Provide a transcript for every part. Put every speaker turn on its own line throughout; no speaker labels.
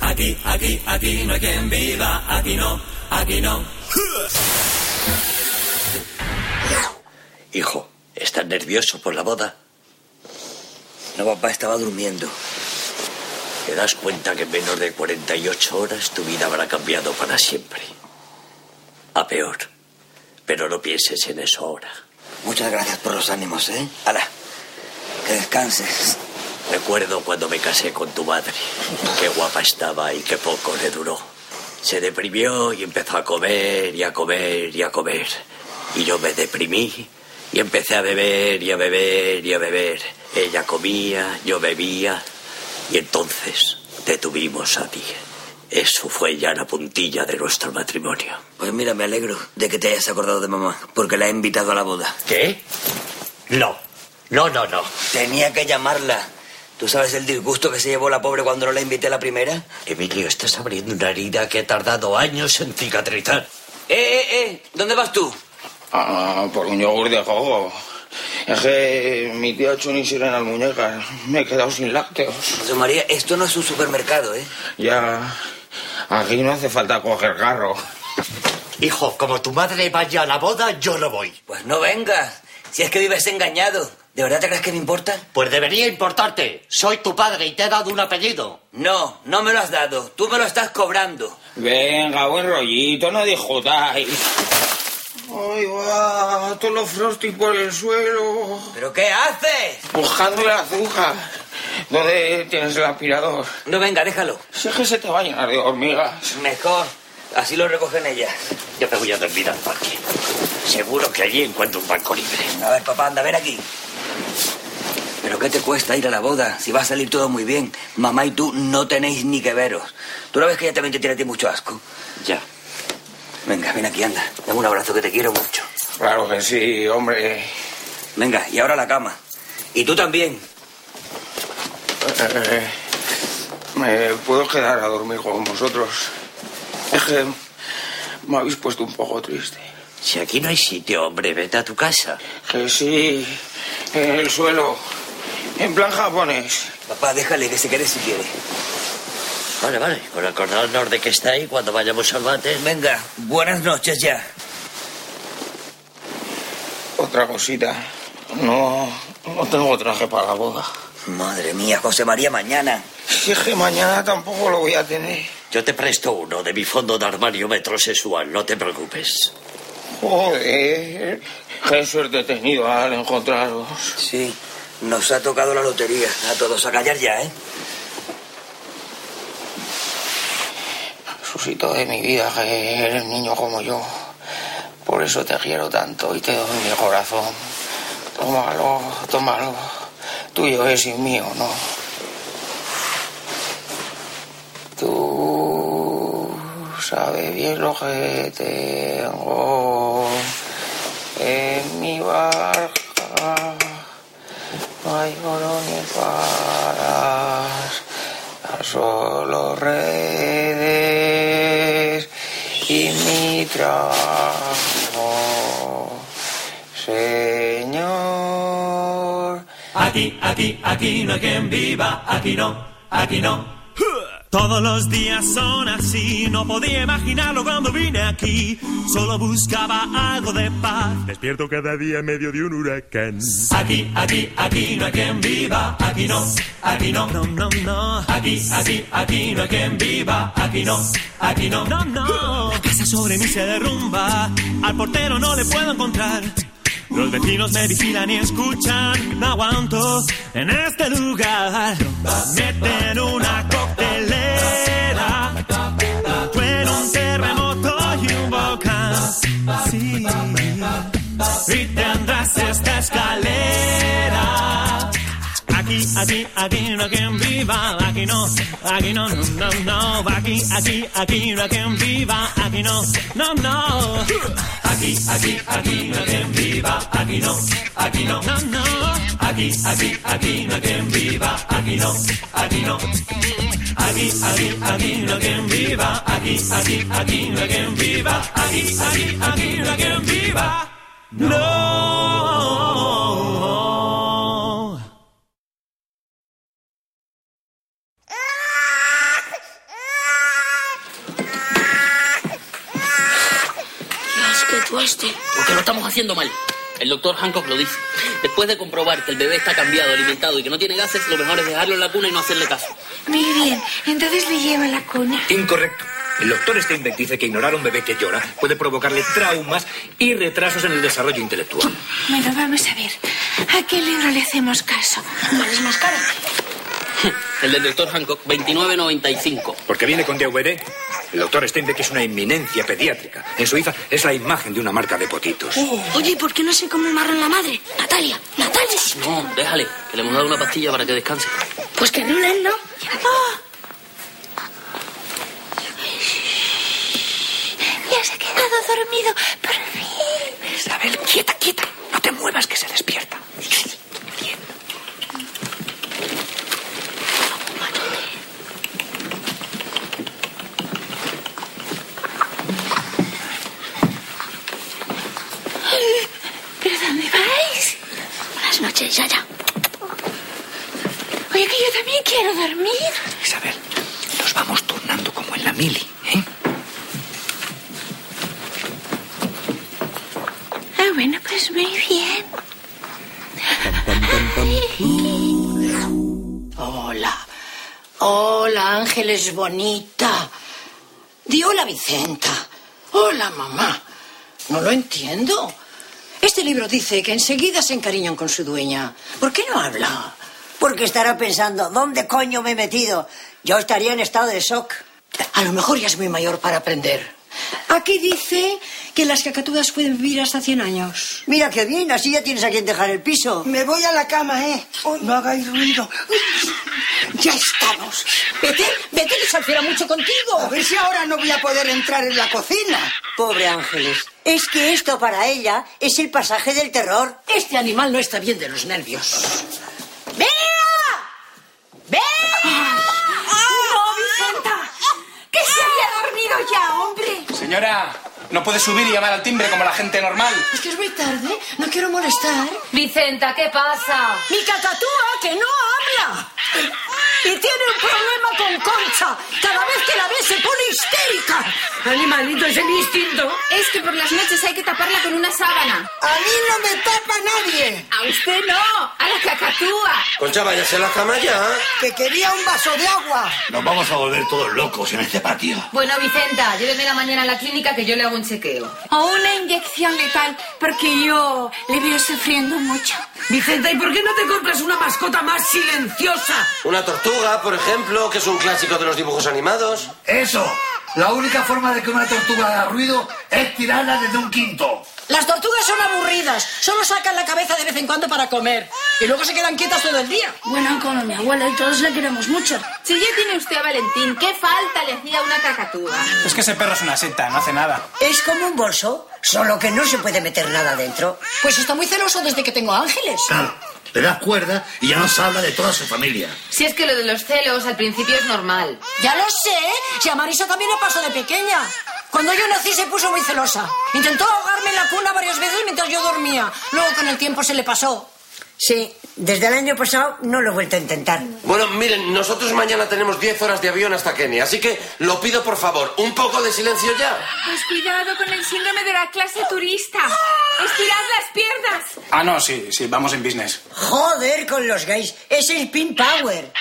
Aquí, aquí, aquí no hay quien viva, aquí no, aquí no. Hijo, ¿estás nervioso por la boda?
No, papá, estaba durmiendo.
¿Te das cuenta que en menos de 48 horas tu vida habrá cambiado para siempre? A peor. Pero no pienses en eso ahora.
Muchas gracias por los ánimos, ¿eh? Hala, que descanses.
Recuerdo cuando me casé con tu madre. Qué guapa estaba y qué poco le duró. Se deprimió y empezó a comer y a comer y a comer. Y yo me deprimí y empecé a beber y a beber y a beber. Ella comía, yo bebía y entonces te tuvimos a ti. Eso fue ya la puntilla de nuestro matrimonio.
Pues mira, me alegro de que te hayas acordado de mamá, porque la he invitado a la boda.
¿Qué? No, no, no, no.
Tenía que llamarla. ¿Tú sabes el disgusto que se llevó la pobre cuando no la invité a la primera?
Emilio, estás abriendo una herida que ha tardado años en cicatrizar.
¡Eh, eh, eh! ¿Dónde vas tú?
Ah, por un yogur de juego. Es que mi tía ha hecho un insirio en las muñecas. Me he quedado sin lácteos.
José María, esto no es un supermercado, ¿eh?
Ya. Aquí no hace falta coger carro.
Hijo, como tu madre vaya a la boda, yo no voy.
Pues no vengas. Si es que vives engañado. ¿De verdad te crees que me importa?
Pues debería importarte. Soy tu padre y te he dado un apellido.
No, no me lo has dado. Tú me lo estás cobrando.
Venga, buen rollito, no discutáis. ¡Ay, va! Todos los frosty por el suelo.
¿Pero qué haces?
Buscando la azúcar. ¿Dónde tienes el aspirador?
No, venga, déjalo.
Si es que se te va a llenar de hormigas.
Mejor. Así lo recogen ellas.
Yo me voy a dormir al parque. Seguro que allí encuentro un banco libre.
A ver, papá, anda, ven aquí. ¿Pero qué te cuesta ir a la boda? Si va a salir todo muy bien. Mamá y tú no tenéis ni que veros. ¿Tú no ves que ella también te tiene a ti mucho asco?
Ya.
Venga, ven aquí, anda. Dame un abrazo que te quiero mucho.
Claro que sí, hombre.
Venga, y ahora a la cama. Y tú también.
Eh, ¿Me puedo quedar a dormir con vosotros? Es que me habéis puesto un poco triste.
Si aquí no hay sitio, hombre, vete a tu casa.
Que sí, en eh, el suelo, en plan japonés.
Papá, déjale que se quede si quiere.
Vale, vale, con acordarnos de que está ahí cuando vayamos al bate.
Venga, buenas noches ya.
Otra cosita, no, no tengo traje para la boda.
Madre mía, José María, mañana.
Si es que mañana tampoco lo voy a tener.
Yo te presto uno de mi fondo de armario metrosexual, no te preocupes.
Joder, qué suerte he tenido al encontraros.
Sí, nos ha tocado la lotería. A todos a callar ya, ¿eh?
Suscito de mi vida que eres niño como yo. Por eso te quiero tanto y te doy mi corazón. Tómalo, tómalo. Tuyo es y mío, ¿no? Tú sabes bien lo que tengo en mi barca. No hay colonia para solo redes y mi trabajo, Señor.
Aquí, aquí, aquí no hay quien viva, aquí no, aquí no. Todos los días son así, no podía imaginarlo cuando vine aquí. Solo buscaba algo de paz. Despierto cada día en medio de un huracán. Aquí, aquí, aquí no hay quien viva. Aquí no, aquí no, no, no, no. Aquí, aquí, aquí no hay quien viva. Aquí no, aquí no, no, no. La casa sobre mí se derrumba. Al portero no le puedo encontrar. Los vecinos me vigilan y escuchan, no aguanto en este lugar. Meten una coctelera, en un terremoto y un volcán. Sí. Y tendrás esta escalera. Aquí, aquí, aquí no hay quien viva, aquí no, aquí no, no, no, no. Aquí, aquí, aquí no hay quien viva, aquí no, no, no. Aquí, aquí, aquí no hay quien viva, aquí no, aquí no, no, no. Aquí, aquí, aquí no hay quien viva, aquí no, aquí no. Aquí, aquí, aquí no hay quien viva, aquí, aquí, aquí no hay quien viva, aquí, aquí, aquí no hay quien viva. No.
Asco tueste. Porque lo estamos haciendo mal. El doctor Hancock lo dice. Después de comprobar que el bebé está cambiado, alimentado y que no tiene gases, lo mejor es dejarlo en la cuna y no hacerle caso.
Muy bien, entonces le lleva la cuna.
Incorrecto. El doctor Steinbeck dice que ignorar a un bebé que llora puede provocarle traumas y retrasos en el desarrollo intelectual.
Bueno, vamos a ver. ¿A qué libro le hacemos caso? ¿Cuál es más caro?
El del doctor Hancock, 29.95.
Porque viene con DVD. El doctor Steinbeck es una inminencia pediátrica. En Suiza es la imagen de una marca de potitos.
Oh.
Oye, ¿y por qué no se come el marrón la madre? Natalia, Natalia.
No, déjale, que le hemos dado una pastilla para que descanse.
Pues que rulen, ¿no?
¡Oh! Ya se ha quedado dormido. Por fin.
Isabel, quieta, quieta. No te muevas que se despierta.
¿Pero dónde vais?
Buenas noches, ya, ya.
Oye, que yo también quiero dormir.
Isabel, nos vamos turnando como en la mili, ¿eh?
Ah, bueno, pues muy bien.
Hola. Hola, Ángeles bonita. Di hola, Vicenta. Hola, mamá. No lo entiendo. Este libro dice que enseguida se encariñan con su dueña. ¿Por qué no habla?
Porque estará pensando, ¿dónde coño me he metido? Yo estaría en estado de shock.
A lo mejor ya es muy mayor para aprender. Aquí dice que las cacatúas pueden vivir hasta 100 años.
Mira qué bien, así ya tienes a quien dejar el piso.
Me voy a la cama, ¿eh? Uy, no hagáis ruido. Uy, Ya estamos.
Vete, vete, que se alfiera mucho
A
contigo.
ver si ahora no voy a poder entrar en la cocina.
Pobre Ángeles. Es que esto para ella es el pasaje del terror.
Este animal no está bien de los nervios.
¡Vea! ¡Vea!
¡No, Vicenta!
ah.
¡Que se haya dormido ya, hombre!
Señora, no puede subir y llamar al timbre como la gente normal.
Es que es muy tarde, no quiero molestar.
Vicenta, ¿qué pasa?
¡Mi cacatúa que no habla! Y tiene un problema con Concha. Cada vez que la ve se pone histérica. Animalito, es el instinto.
Es que por las noches hay que taparla con una sábana.
A mí no me tapa nadie.
A usted no, a la cacatúa.
Concha, váyase a la cama ya.
Que quería un vaso de agua.
Nos vamos a volver todos locos en este patio.
Bueno, Vicenta, lléveme la mañana a la clínica que yo le hago un chequeo.
O una inyección letal, porque yo le veo sufriendo mucho.
Vicenta, ¿y por qué no te compras una mascota más silenciosa?
Una tortuga, por ejemplo, que es un clásico de los dibujos animados.
Eso. La única forma de que una tortuga haga ruido es tirarla desde un quinto.
Las tortugas son aburridas. Solo sacan la cabeza de vez en cuando para comer. Y luego se quedan quietas todo el día.
Bueno, como mi abuela y todos le queremos mucho.
Si ya tiene usted a Valentín, ¿qué falta le hacía una cacatúa?
Es que ese perro es una seta, no hace nada.
Es como un bolso, solo que no se puede meter nada dentro. Ah.
Pues está muy celoso desde que tengo a Ángeles.
Claro. Le das cuerda y ya nos habla de toda su familia.
Si es que lo de los celos al principio es normal.
Ya lo sé, si a Marisa también le pasó de pequeña. Cuando yo nací se puso muy celosa. Intentó ahogarme en la cuna varias veces mientras yo dormía. Luego con el tiempo se le pasó.
Sí, desde el año pasado no lo he vuelto a intentar.
Bueno, miren, nosotros mañana tenemos 10 horas de avión hasta Kenia, así que lo pido por favor, un poco de silencio ya.
Pues cuidado con el síndrome de la clase turista.
¡Estirad las piernas!
Ah, no, sí, sí, vamos en business.
Joder con los gays, es el pin power.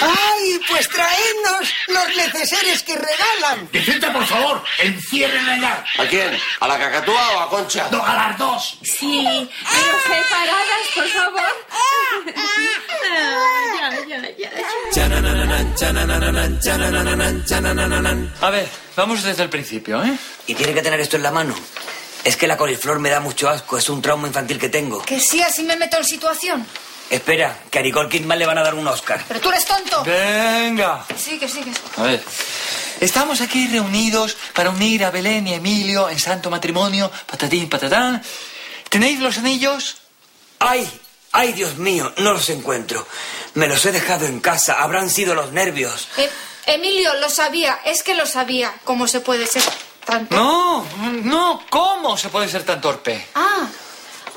¡Ay, pues traednos los neceseres que regalan!
Vicente, por favor, encierren el ar.
¿A quién? ¿A la cacatúa o a Concha?
No, a las dos.
Sí, pero separadas, por favor. Ah, ya, ya, ya.
A ver, vamos desde el principio, ¿eh?
Y tiene que tener esto en la mano. Es que la coliflor me da mucho asco, es un trauma infantil que tengo.
Que sí, así me meto en situación.
Espera, que a Nicole Kidman le van a dar un Oscar.
Pero tú eres tonto.
Venga.
Sí, que sí, que sí.
A ver. Estamos aquí reunidos para unir a Belén y Emilio en santo matrimonio, patatín, patatán. ¿Tenéis los anillos?
¡Ay! ¡Ay, Dios mío! No los encuentro. Me los he dejado en casa. Habrán sido los nervios.
Eh, Emilio, lo sabía, es que lo sabía. ¿Cómo se puede ser tan...
No, no, ¿cómo se puede ser tan torpe?
Ah,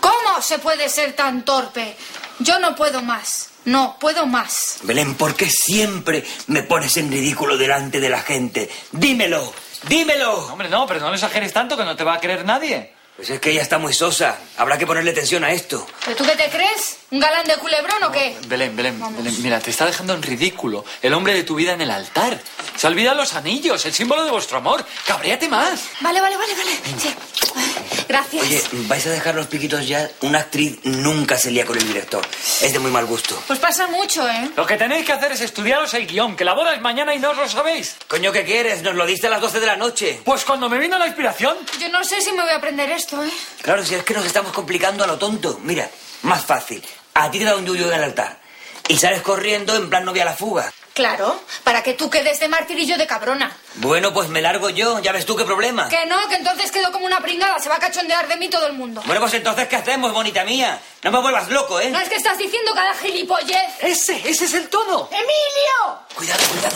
¿cómo se puede ser tan torpe? Yo no puedo más. No, puedo más.
Belén, ¿por qué siempre me pones en ridículo delante de la gente? ¡Dímelo! ¡Dímelo!
Hombre, no, pero no lo exageres tanto que no te va a creer nadie.
Pues es que ella está muy sosa. Habrá que ponerle tensión a esto.
¿Pero tú qué te crees? ¿Un galán de culebrón o qué?
Belén, Belén, Belén, mira, te está dejando en ridículo el hombre de tu vida en el altar. Se olvidan los anillos, el símbolo de vuestro amor. Cabréate más.
Vale, vale, vale, vale. Sí. Ay, Gracias.
Oye, ¿vais a dejar los piquitos ya? Una actriz nunca se lía con el director. Es de muy mal gusto.
Pues pasa mucho, ¿eh?
Lo que tenéis que hacer es estudiaros el guión, que la boda es mañana y no os lo sabéis.
Coño, ¿qué quieres? Nos lo diste a las 12 de la noche.
Pues cuando me vino la inspiración,
Yo no sé si me voy a aprender esto, ¿eh?
Claro, si es que nos estamos complicando a lo tonto. Mira, más fácil. A ti te da un yuyo en el altar. Y sales corriendo en plan novia a la fuga.
Claro, para que tú quedes de martirillo de cabrona.
Bueno, pues me largo yo. Ya ves tú qué problema.
Que no, que entonces quedo como una pringada. Se va a cachondear de mí todo el mundo.
Bueno, pues entonces, ¿qué hacemos, bonita mía? No me vuelvas loco, ¿eh?
No es que estás diciendo cada gilipollez.
ese, ese es el tono.
¡Emilio!
Cuidado, cuidado.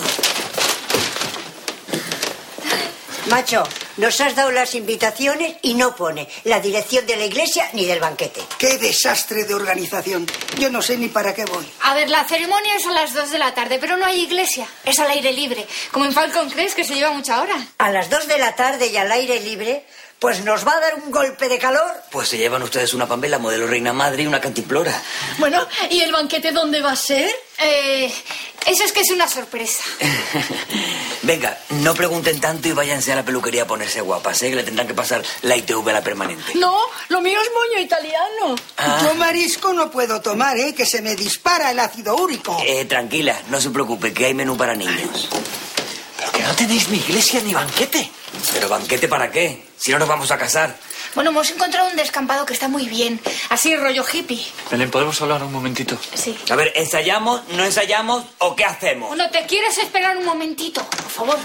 Macho, nos has dado las invitaciones y no pone la dirección de la iglesia ni del banquete.
¡Qué desastre de organización! Yo no sé ni para qué voy.
A ver, la ceremonia es a las 2 de la tarde, pero no hay iglesia. Es al aire libre. Como en Falcon Crest, que se lleva mucha hora.
A las dos de la tarde y al aire libre, pues nos va a dar un golpe de calor.
Pues se llevan ustedes una pambela modelo reina madre y una cantimplora.
Bueno, ¿y el banquete dónde va a ser? Eh, eso es que es una sorpresa.
Venga, no pregunten tanto y váyanse a la peluquería a ponerse guapas, ¿eh? Que le tendrán que pasar la ITV a la permanente.
No, lo mío es moño italiano.
Ah. Yo marisco no puedo tomar, ¿eh? Que se me dispara el ácido úrico.
Eh, tranquila, no se preocupe, que hay menú para niños.
Pero que no tenéis ni iglesia ni banquete.
¿Pero banquete para qué? Si no nos vamos a casar.
Bueno, hemos encontrado un descampado que está muy bien. Así, rollo hippie.
Belén, ¿podemos hablar un momentito?
Sí.
A ver, ¿ensayamos, no ensayamos o qué hacemos?
Bueno, ¿te quieres esperar un momentito? Por favor.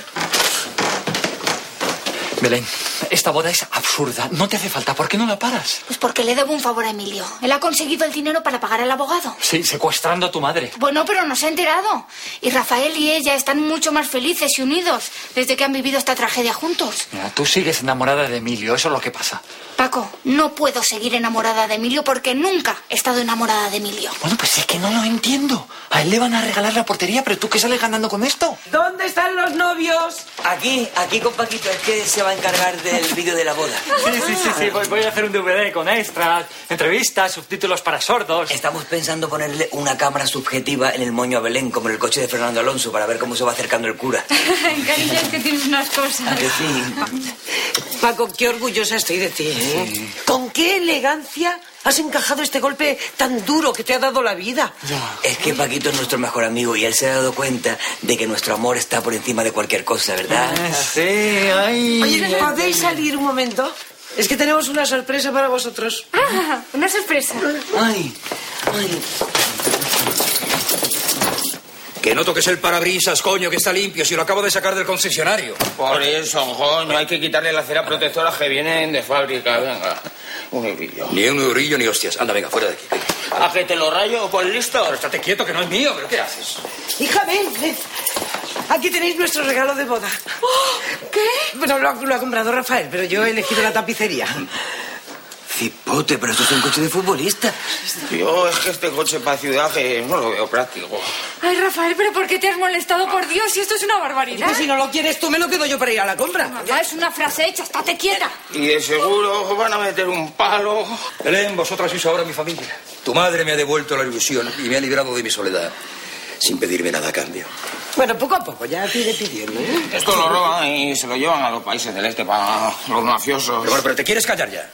Belén, esta boda es absurda. No te hace falta. ¿Por qué no la paras?
Pues porque le debo un favor a Emilio. Él ha conseguido el dinero para pagar al abogado.
Sí, secuestrando a tu madre.
Bueno, pero no se ha enterado. Y Rafael y ella están mucho más felices y unidos desde que han vivido esta tragedia juntos.
Mira, tú sigues enamorada de Emilio, eso es lo que pasa.
Paco, no puedo seguir enamorada de Emilio porque nunca he estado enamorada de Emilio.
Bueno, pues es que no lo entiendo. A él le van a regalar la portería, pero tú qué sales ganando con esto.
¿Dónde están los novios?
Aquí, aquí con Paquito, es que se va a encargar del vídeo de la boda.
Sí, sí, sí, sí. Voy, voy a hacer un DVD con extras, entrevistas, subtítulos para sordos.
Estamos pensando ponerle una cámara subjetiva en el moño a Belén, como en el coche de Fernando Alonso, para ver cómo se va acercando el cura.
Cariño, es que tienes unas cosas.
¿A que sí?
Paco, qué orgullosa estoy de ti. ¿eh? Con qué elegancia has encajado este golpe tan duro que te ha dado la vida.
Es que Paquito es nuestro mejor amigo y él se ha dado cuenta de que nuestro amor está por encima de cualquier cosa, ¿verdad? Ah,
Sí, ay.
Oye, ¿podéis salir un momento? Es que tenemos una sorpresa para vosotros.
Ah, una sorpresa.
Ay,
Que no toques el parabrisas, coño, que está limpio, si lo acabo de sacar del concesionario.
Por eso, coño, hay que quitarle la cera protectora que vienen de fábrica, venga. Un eurillo.
Ni un eurillo ni hostias. Anda, venga, fuera de aquí. venga.
¿A que te lo rayo? Pues listo.
Pero estate quieto, que no es mío, pero ¿qué haces?
Hija, ven, ven. Aquí tenéis nuestro regalo de boda.
Oh, ¿Qué?
Bueno, lo ha, lo ha comprado Rafael, pero yo he elegido la tapicería.
Cipote, pero esto es un coche de futbolista.
Yo es que este coche para ciudad eh, no lo veo práctico.
Ay, Rafael, pero ¿por qué te has molestado? Por Dios, si esto es una barbaridad.
Pues si no lo quieres tú, me lo quedo yo para ir a la compra.
Mamá, es una frase hecha, estate quieta.
Y de seguro van a meter un palo.
Belén, vosotras sois ahora mi familia. Tu madre me ha devuelto la ilusión y me ha librado de mi soledad. Sin pedirme nada a cambio.
Bueno, poco a poco, ya pide pidiendo. ¿eh?
Esto lo roban y se lo llevan a los países del este para los mafiosos.
Pero bueno, pero te quieres callar ya.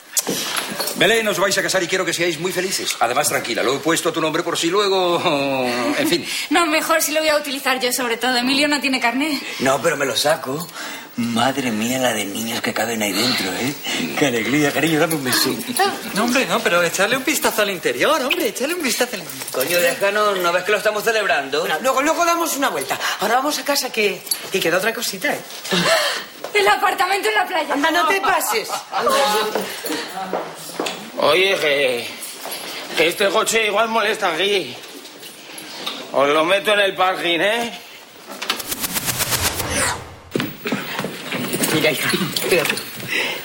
Belén, os vais a casar y quiero que seáis muy felices. Además, tranquila, lo he puesto a tu nombre por si luego... En fin.
No, mejor si lo voy a utilizar yo, sobre todo. Emilio no tiene carnet.
No, pero me lo saco. Madre mía, la de niños que caben ahí dentro, ¿eh? Qué alegría, cariño, dame un beso.
No, hombre, no, pero echarle un vistazo al interior, hombre, echarle un vistazo al interior.
Coño, déjanos, ¿no ves que lo estamos celebrando?
Bueno, luego, luego damos una vuelta. Ahora vamos a casa que, que queda otra cosita, ¿eh?
El apartamento en la playa.
Anda, no te pases.
Oye, que, que este coche igual molesta aquí. Os lo meto en el parking, ¿eh?
Mira, hija, espérate.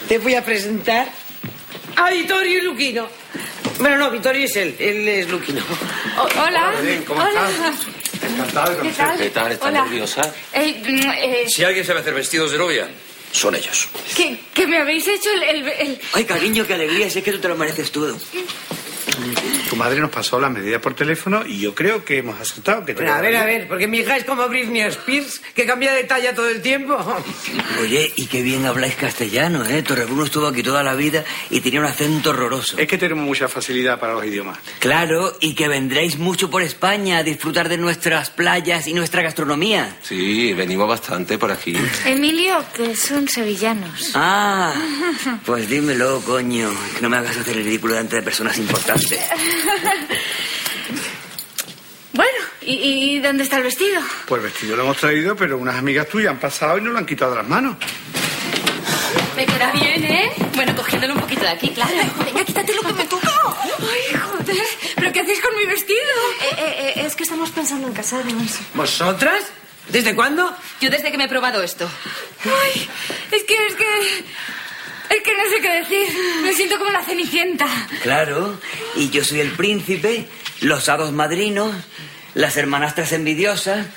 te voy a presentar a Vittorio Luquino. Bueno, no, Vittorio es él, él es Luquino.
Hola.
Belén, ¿cómo
Hola.
Encantado de
¿Qué tal?
conocerte.
¿Estás
Hola.
nerviosa?
Eh, mm, eh,
Si alguien sabe hacer vestidos de novia, son ellos.
que, que me habéis hecho el... el- el-
Ay, cariño, qué alegría, si es que tú te lo mereces todo.
Tu madre nos pasó las medidas por teléfono y yo creo que hemos acertado. Que te
Pero a
lo
ver,
dan.
a ver, porque mi hija es como Britney Spears, que cambia de talla todo el tiempo.
Oye, y qué bien habláis castellano, ¿eh? Torrebruno estuvo aquí toda la vida y tenía un acento horroroso.
Es que tenemos mucha facilidad para los idiomas.
Claro, y que vendréis mucho por España a disfrutar de nuestras playas y nuestra gastronomía.
Sí, venimos bastante por aquí.
Emilio, que son sevillanos.
Ah, pues dímelo, coño. Que no me hagas hacer el ridículo delante de personas importantes.
Bueno, ¿y, y dónde está el vestido?
Pues vestido lo hemos traído, pero unas amigas tuyas han pasado y nos lo han quitado de las manos.
Me queda bien, ¿eh? Bueno, cogiéndolo un poquito de aquí, claro. Venga, quítate lo que me toca. Ay, joder. ¿Pero qué hacéis con mi vestido? Eh, es que estamos pensando en casarnos.
¿Vosotras? ¿Desde cuándo?
Yo desde que me he probado esto. Ay, es que, es que... Es que no sé qué decir. Me siento como la cenicienta.
Claro, y yo soy el príncipe, los hados madrinos, las hermanastras envidiosas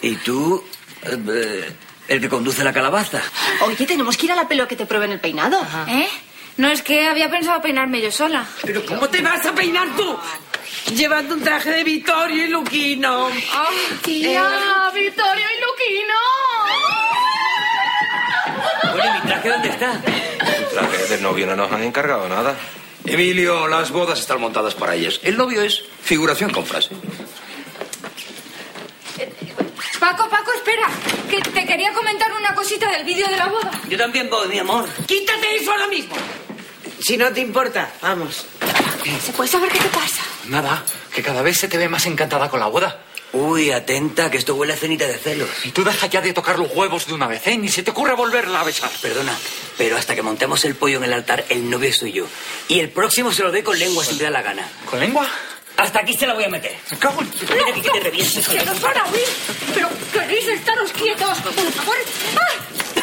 y tú, eh, eh, el que conduce la calabaza.
Oye, tenemos que ir a la pelo que te prueben el peinado.
¿Eh? No, es que había pensado peinarme yo sola.
¿Pero cómo te vas a peinar tú? Llevando un traje de Vittorio y Eh. Luquino.
¡Tía, Vittorio y Luquino!
Bueno, ¿y mi traje dónde está?
Trajes del novio no nos han encargado nada. Emilio, las bodas están montadas para ellas. El novio es figuración con frase.
Paco, Paco, espera. Que te quería comentar una cosita del vídeo de la boda.
Yo también voy, mi amor.
Quítate eso ahora mismo. Si no te importa, vamos.
¿Se puede saber qué te pasa?
Nada, que cada vez se te ve más encantada con la boda.
Uy, atenta, que esto huele a cenita de celos.
Y tú deja ya de tocar los huevos de una vez, ¿eh? Ni se te ocurra volverla a besar.
Perdona, pero hasta que montemos el pollo en el altar, el novio soy yo. Y el próximo se lo doy con lengua si me da la gana.
¿Con lengua?
Hasta aquí se la voy a meter.
Me cago en...
Mira aquí que te revientes.
¡Que nos van a oír! ¡Pero queréis estaros quietos! ¡Por favor! ¡Ah!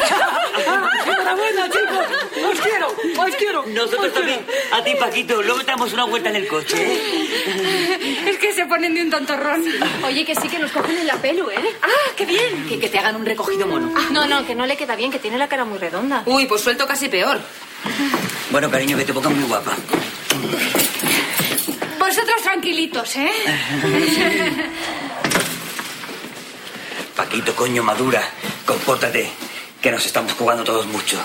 Enhorabuena, chicos. Os quiero, os quiero.
Nosotros también. A ti, Paquito, luego te damos una vuelta en el coche, ¿eh?
Es que se ponen de un tontorrón.
Oye, que sí, que nos cogen en la pelu, ¿eh?
¡Ah, qué bien! Ah,
Que, que te hagan un recogido mono. No, no, que no le queda bien, que tiene la cara muy redonda.
Uy, pues suelto casi peor.
Bueno, cariño, que te pongas muy guapa.
Vosotros tranquilitos, ¿eh?
Paquito, coño, madura. Compórtate, que nos estamos jugando todos mucho.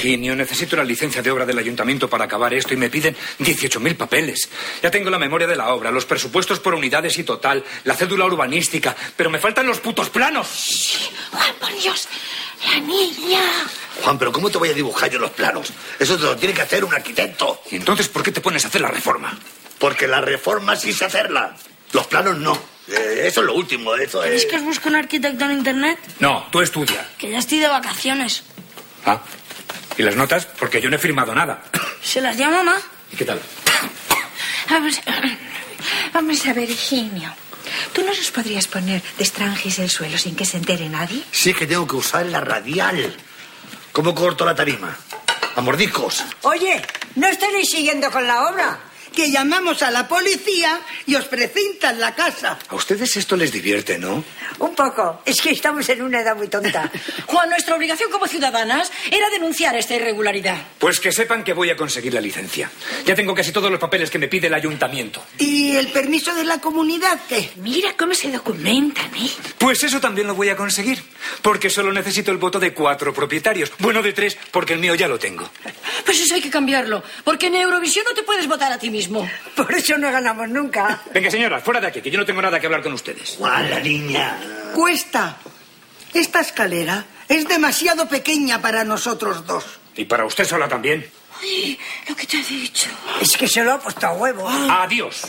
Genio, necesito la licencia de obra del ayuntamiento para acabar esto y me piden 18.000 papeles. Ya tengo la memoria de la obra, los presupuestos por unidades y total, la cédula urbanística, pero me faltan los putos planos.
Juan, por Dios, la niña.
Juan, pero ¿cómo te voy a dibujar yo los planos? Eso te lo tiene que hacer un arquitecto.
¿Y entonces por qué te pones a hacer la reforma?
Porque la reforma sí se hacerla. Los planos no. Eh, eso es lo último, eso
¿Queréis
es.
que os busque un arquitecto en internet?
No, tú estudia.
Que ya estoy de vacaciones.
Ah, ¿y las notas? Porque yo no he firmado nada.
¿Se las dio mamá?
¿Y qué tal?
Vamos, vamos a ver, Higinio. ¿Tú no nos podrías poner de estranges el suelo sin que se entere nadie?
Sí que tengo que usar la radial. ¿Cómo corto la tarima? A mordiscos.
Oye, no estaréis siguiendo con la obra.
Que llamamos a la policía y os precintan la casa.
A ustedes esto les divierte, ¿no?
Un poco. Es que estamos en una edad muy tonta.
Juan, nuestra obligación como ciudadanas era denunciar esta irregularidad.
Pues que sepan que voy a conseguir la licencia. Ya tengo casi todos los papeles que me pide el ayuntamiento.
¿Y el permiso de la comunidad qué?
Mira cómo se documentan, ¿eh?
Pues eso también lo voy a conseguir, porque solo necesito el voto de cuatro propietarios. Bueno, de tres, porque el mío ya lo tengo.
Pues eso hay que cambiarlo, porque en Eurovisión no te puedes votar a ti mismo.
Por eso no ganamos nunca.
Venga, señoras, fuera de aquí, que yo no tengo nada que hablar con ustedes.
¡Guau, la niña!
Cuesta. Esta escalera es demasiado pequeña para nosotros dos.
Y para usted sola también.
Ay, lo que te he dicho.
Es que se lo ha puesto a huevo.
Adiós.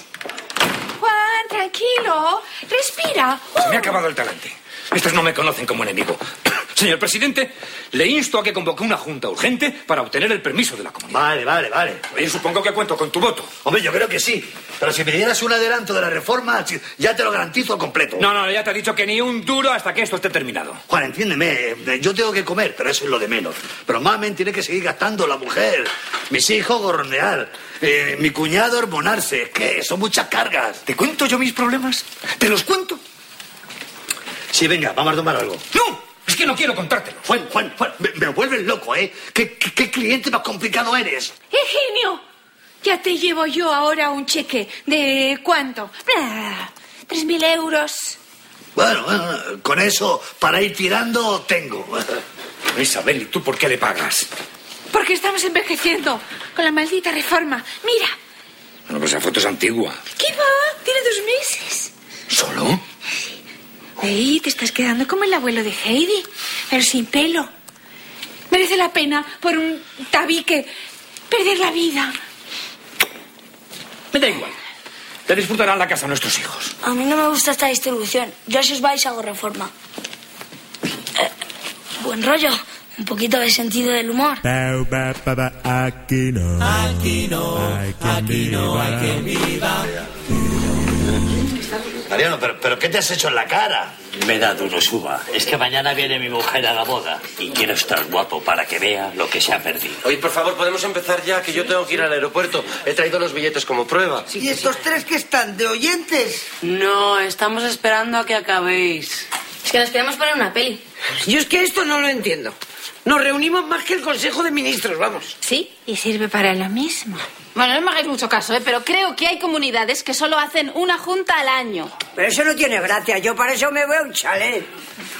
Juan, tranquilo. Respira.
Se me ha acabado el talante. Estos no me conocen como enemigo. Señor presidente, le insto a que convoque una junta urgente para obtener el permiso de la comunidad.
Vale, vale, vale.
Oye, supongo que cuento con tu voto.
Hombre, yo creo que sí. Pero si me dieras un adelanto de la reforma, si- ya te lo garantizo completo.
No, no, ya te he dicho que ni un duro hasta que esto esté terminado.
Juan, entiéndeme, eh, yo tengo que comer, pero eso es lo de menos. Pero mamen tiene que seguir gastando la mujer, mis hijos gorronear, eh, mi cuñado hormonarse. Es que son muchas cargas.
¿Te cuento yo mis problemas? ¿Te los cuento?
Sí, venga, vamos a tomar algo.
¡No! Es que no quiero contártelo.
Juan, Juan, Juan, me, me vuelves loco, ¿eh? ¿Qué, qué, qué cliente más complicado eres?
Eugenio, ya te llevo yo ahora un cheque de cuánto? Bla, Tres mil euros.
Bueno, bueno, con eso, para ir tirando, tengo.
Isabel, ¿y tú por qué le pagas?
Porque estamos envejeciendo con la maldita reforma. Mira,
Bueno, pues la foto es antigua.
¿qué va? Tiene dos meses.
¿Solo?
Ey, te estás quedando como el abuelo de Heidi, pero sin pelo. Merece la pena por un tabique perder la vida.
Me da igual. Te disfrutarán la casa nuestros hijos.
A mí no me gusta esta distribución. Yo si os vais hago reforma. Eh, buen rollo. Un poquito de sentido del humor.
Aquí no. Aquí no. Aquí no hay que viva.
Mariano, ¿pero, pero ¿qué te has hecho en la cara?
Me he dado unos uva. Es que mañana viene mi mujer a la boda y quiero estar guapo para que vea lo que se ha perdido.
Oye, por favor, podemos empezar ya, que yo tengo que ir al aeropuerto. He traído los billetes como prueba.
¿Y estos tres que están de oyentes?
No, estamos esperando a que acabéis.
Es que nos queremos poner una peli.
Yo es que esto no lo entiendo. Nos reunimos más que el Consejo de Ministros, vamos.
Sí, y sirve para lo mismo.
Bueno, no me hagáis mucho caso, ¿eh? pero creo que hay comunidades que solo hacen una junta al año.
Pero eso no tiene gracia. Yo para eso me voy a un chalet.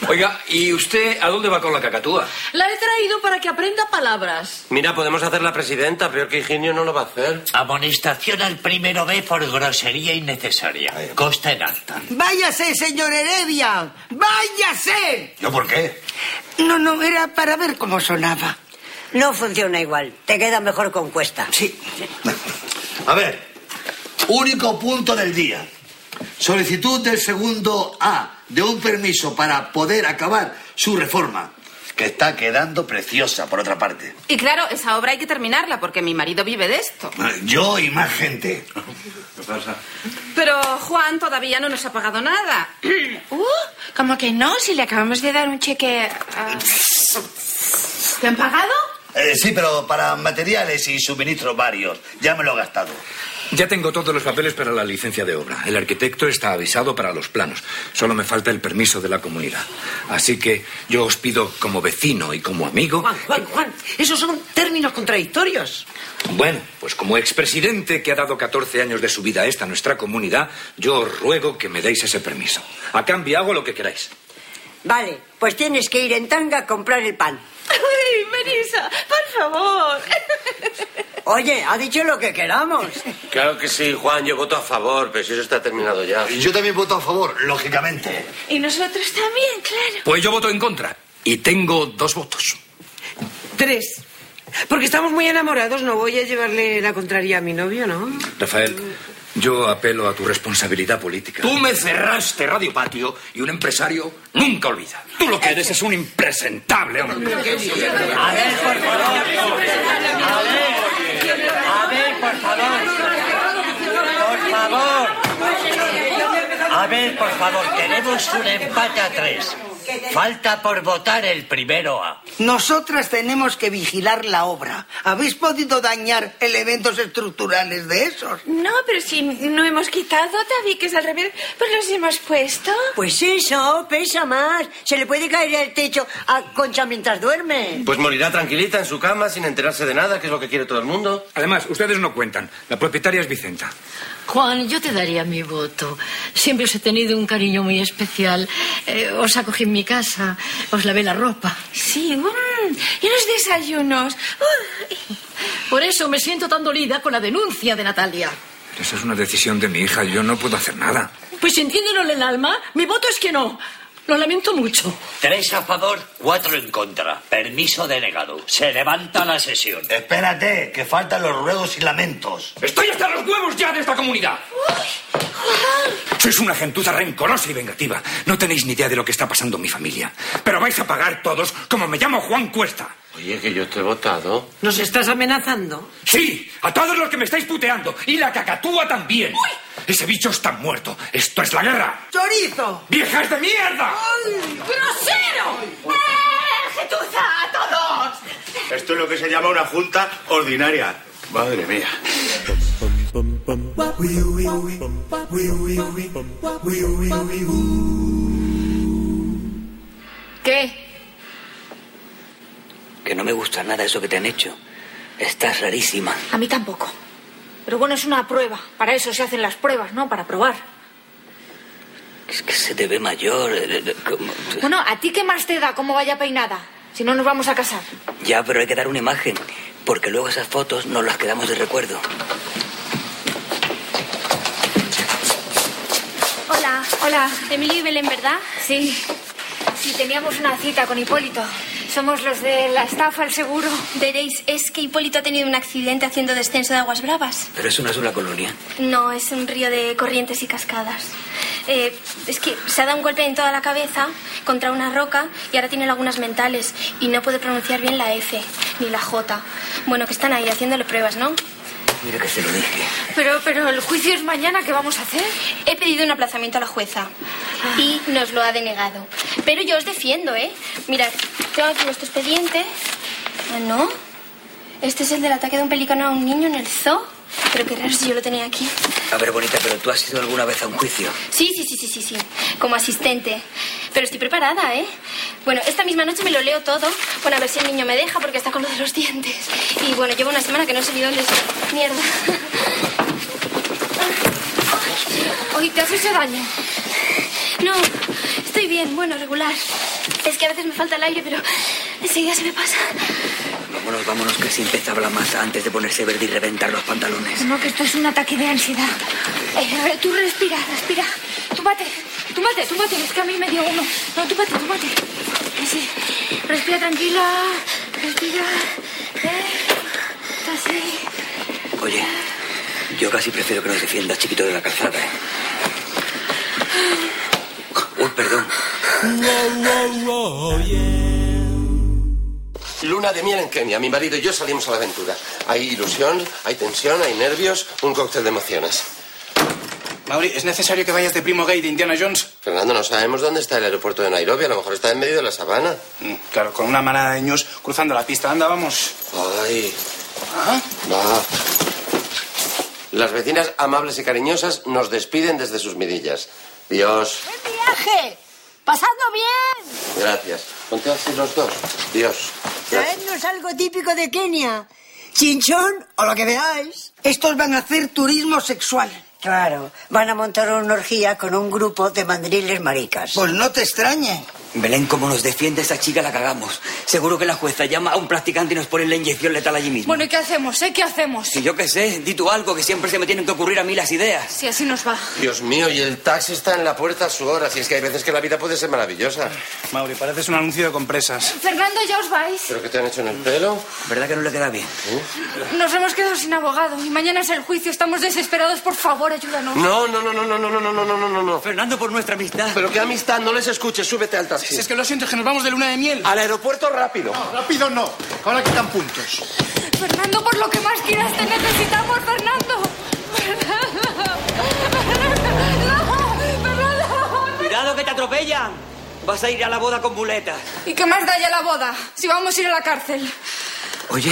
Oiga, ¿y usted a dónde va con la cacatúa?
La he traído para que aprenda palabras.
Mira, podemos hacer la presidenta, peor que Higinio no lo va a hacer.
Ah,
Amonestación al primero B por grosería innecesaria. Costa en alta.
Váyase, señor Heredia. Váyase.
¿Yo por qué?
No, no, era para ver cómo sonaba.
No funciona igual. Te queda mejor con cuesta.
Sí. A ver, único punto del día. Solicitud del segundo A de un permiso para poder acabar su reforma, que está quedando preciosa, por otra parte.
Y claro, esa obra hay que terminarla porque mi marido vive de esto.
Yo y más gente. ¿Qué pasa?
Pero Juan todavía no nos ha pagado nada.
Uh, como que no, si le acabamos de dar un cheque. a- ¿Te han pagado?
Eh, sí, pero para materiales y suministros varios. Ya me lo he gastado.
Ya tengo todos los papeles para la licencia de obra. El arquitecto está avisado para los planos. Solo me falta el permiso de la comunidad. Así que yo os pido como vecino y como amigo.
Juan, Juan, Juan, esos son términos contradictorios.
Bueno, pues como expresidente que ha dado 14 años de su vida a esta nuestra comunidad, yo os ruego que me deis ese permiso. A cambio hago lo que queráis.
Vale, pues tienes que ir en tanga a comprar el pan.
¡Ay, Marisa! ¡Por favor!
Oye, ha dicho lo que queramos.
Claro que sí, Juan, yo voto a favor, pero si eso está terminado ya.
Yo también voto a favor, lógicamente.
Y nosotros también, claro.
Pues yo voto en contra. Y tengo dos votos.
Tres. Porque estamos muy enamorados, no voy a llevarle la contraria a mi novio, ¿no?
Rafael, yo apelo a tu responsabilidad política.
Tú me cerraste Radio Patio y un empresario nunca olvida. Tú lo que eres es un impresentable, hombre.
A ver, por favor. A ver. A ver, por favor.
Por favor. A ver, por favor, tenemos un empate a tres.
Falta por votar el primero A.
Nosotras tenemos que vigilar la obra. ¿Habéis podido dañar elementos estructurales de esos?
No, pero si no hemos quitado tabiques al revés, pues los hemos puesto.
Pues eso, pesa más. Se le puede caer el techo a Concha mientras duerme.
Pues morirá tranquilita en su cama sin enterarse de nada, que es lo que quiere todo el mundo.
Además, ustedes no cuentan. La propietaria es Vicenta.
Juan, yo te daría mi voto. Siempre os he tenido un cariño muy especial. Eh, os acogí en mi casa, os lavé la ropa.
Sí, y los desayunos.
Por eso me siento tan dolida con la denuncia de Natalia.
Pero Esa es una decisión de mi hija. Yo no puedo hacer nada.
Pues entiéndelo en el alma, mi voto es que no. Lo lamento mucho.
Tres a favor, cuatro en contra. Permiso denegado. Se levanta la sesión.
Espérate, que faltan los ruegos y lamentos.
¡Estoy hasta los huevos ya de esta comunidad! Sois una gentuza rencorosa y vengativa. No tenéis ni idea de lo que está pasando en mi familia. Pero vais a pagar todos como me llamo Juan Cuesta.
Oye, que yo estoy votado.
¿Nos estás amenazando?
Sí, a todos los que me estáis puteando. Y la cacatúa también. Ese bicho está muerto. Esto es la guerra.
¡Chorizo!
¡Viejas de mierda!
¡Grosero! ¡Eh, Getuza! ¡A todos!
Esto es lo que se llama una junta ordinaria. Madre mía.
¿Qué?
Que no me gusta nada eso que te han hecho. Estás rarísima.
A mí tampoco. Pero bueno, es una prueba. Para eso se hacen las pruebas, ¿no? Para probar.
Es que se te ve mayor. eh, eh, como-
Bueno, ¿a ti qué más te da cómo vaya peinada? Si no, nos vamos a casar.
Ya, pero hay que dar una imagen. Porque luego esas fotos nos las quedamos de recuerdo.
Hola, hola. Emilio y Belén, ¿verdad? Sí. Sí, teníamos una cita con Hipólito. Somos los de la estafa al seguro.
Veréis, es que Hipólito ha tenido un accidente haciendo descenso de aguas bravas.
Pero es una sola colonia.
No, es un río de corrientes y cascadas. Eh, es que se ha dado un golpe en toda la cabeza contra una roca y ahora tiene lagunas mentales y no puede pronunciar bien la F ni la J. Bueno, que están ahí haciéndole pruebas, ¿no?
Mira que se lo dije.
Pero, pero el juicio es mañana, ¿qué vamos a hacer? Ah.
He pedido un aplazamiento a la jueza y nos lo ha denegado. Pero yo os defiendo, ¿eh? Mirad, tengo aquí nuestro expediente. Ah, no. Este es el del ataque de un pelícano a un niño en el zoo. Pero qué raro si yo lo tenía aquí.
A ver, bonita, pero tú has ido alguna vez a un juicio.
Sí, sí, sí, sí, sí, sí. Como asistente. Pero estoy preparada, ¿eh? Bueno, esta misma noche me lo leo todo. Bueno, a ver si el niño me deja porque está con lo de los dientes. Y bueno, llevo una semana que no sé ni dónde está. Mierda.
Hoy te has hecho daño.
No, estoy bien, bueno, regular. Es que a veces me falta el aire, pero enseguida se me pasa.
Vámonos, vámonos, que si empezaba la masa antes de ponerse verde y reventar los pantalones.
No, que esto es un ataque de ansiedad. Eh, re- tú respira, respira. Túmbate, túmbate, túmbate. Es que a mí me dio uno. No, túmbate, túmbate. Así. Respira tranquila. Respira. Eh, así.
Oye, yo casi prefiero que nos defiendas, chiquito de la calzada. ¿eh? Uy, perdón.
Luna de miel en Kenia. Mi marido y yo salimos a la aventura. Hay ilusión, hay tensión, hay nervios, un cóctel de emociones.
Mauri, ¿es necesario que vayas de primo gay de Indiana Jones?
Fernando, no sabemos dónde está el aeropuerto de Nairobi. A lo mejor está en medio de la sabana.
Mm, Claro, con una manada de ñus cruzando la pista. Anda, vamos.
Ay.
Ah.
Va. Las vecinas amables y cariñosas nos despiden desde sus mirillas. Dios,
viaje! ¡Pasando bien!
gracias. Ponte así los dos. Dios. Gracias.
Traednos algo típico de Kenia. Chinchón o lo que veáis.
Estos van a hacer turismo sexual.
Claro, van a montar una orgía con un grupo de mandriles maricas.
Pues no te extrañe.
Belén, como nos defiende esa chica, la cagamos. Seguro que la jueza llama a un practicante y nos pone la inyección letal allí mismo.
Bueno, ¿y qué hacemos, eh? ¿Qué hacemos?
Si yo qué sé, di tú algo, que siempre se me tienen que ocurrir a mí las ideas.
Si así nos va.
Dios mío, y el taxi está en la puerta a su hora. Si es que hay veces que la vida puede ser maravillosa.
Mauri, pareces un anuncio de compresas.
Fernando, ya os vais.
¿Pero qué te han hecho en el pelo? ¿Eh?
¿Verdad que no le queda bien?
Nos hemos quedado sin abogado y mañana es el juicio. Estamos desesperados. Por favor, ayúdanos.
No, no, no, no, no, no, no, no, no, no, no, no.
Fernando, por nuestra amistad.
Pero qué amistad, no les escuches, súbete al taxi.
Si es que lo siento, es que nos vamos de luna de miel.
Al aeropuerto rápido.
rápido no. Ahora quitan puntos.
Fernando, por lo que más quieras, te necesitamos, Fernando. Fernando. No, Fernando.
¡Cuidado que te atropellan! Vas a ir a la boda con muletas.
¿Y qué más da ya la boda? Si vamos a ir a la cárcel.
Oye,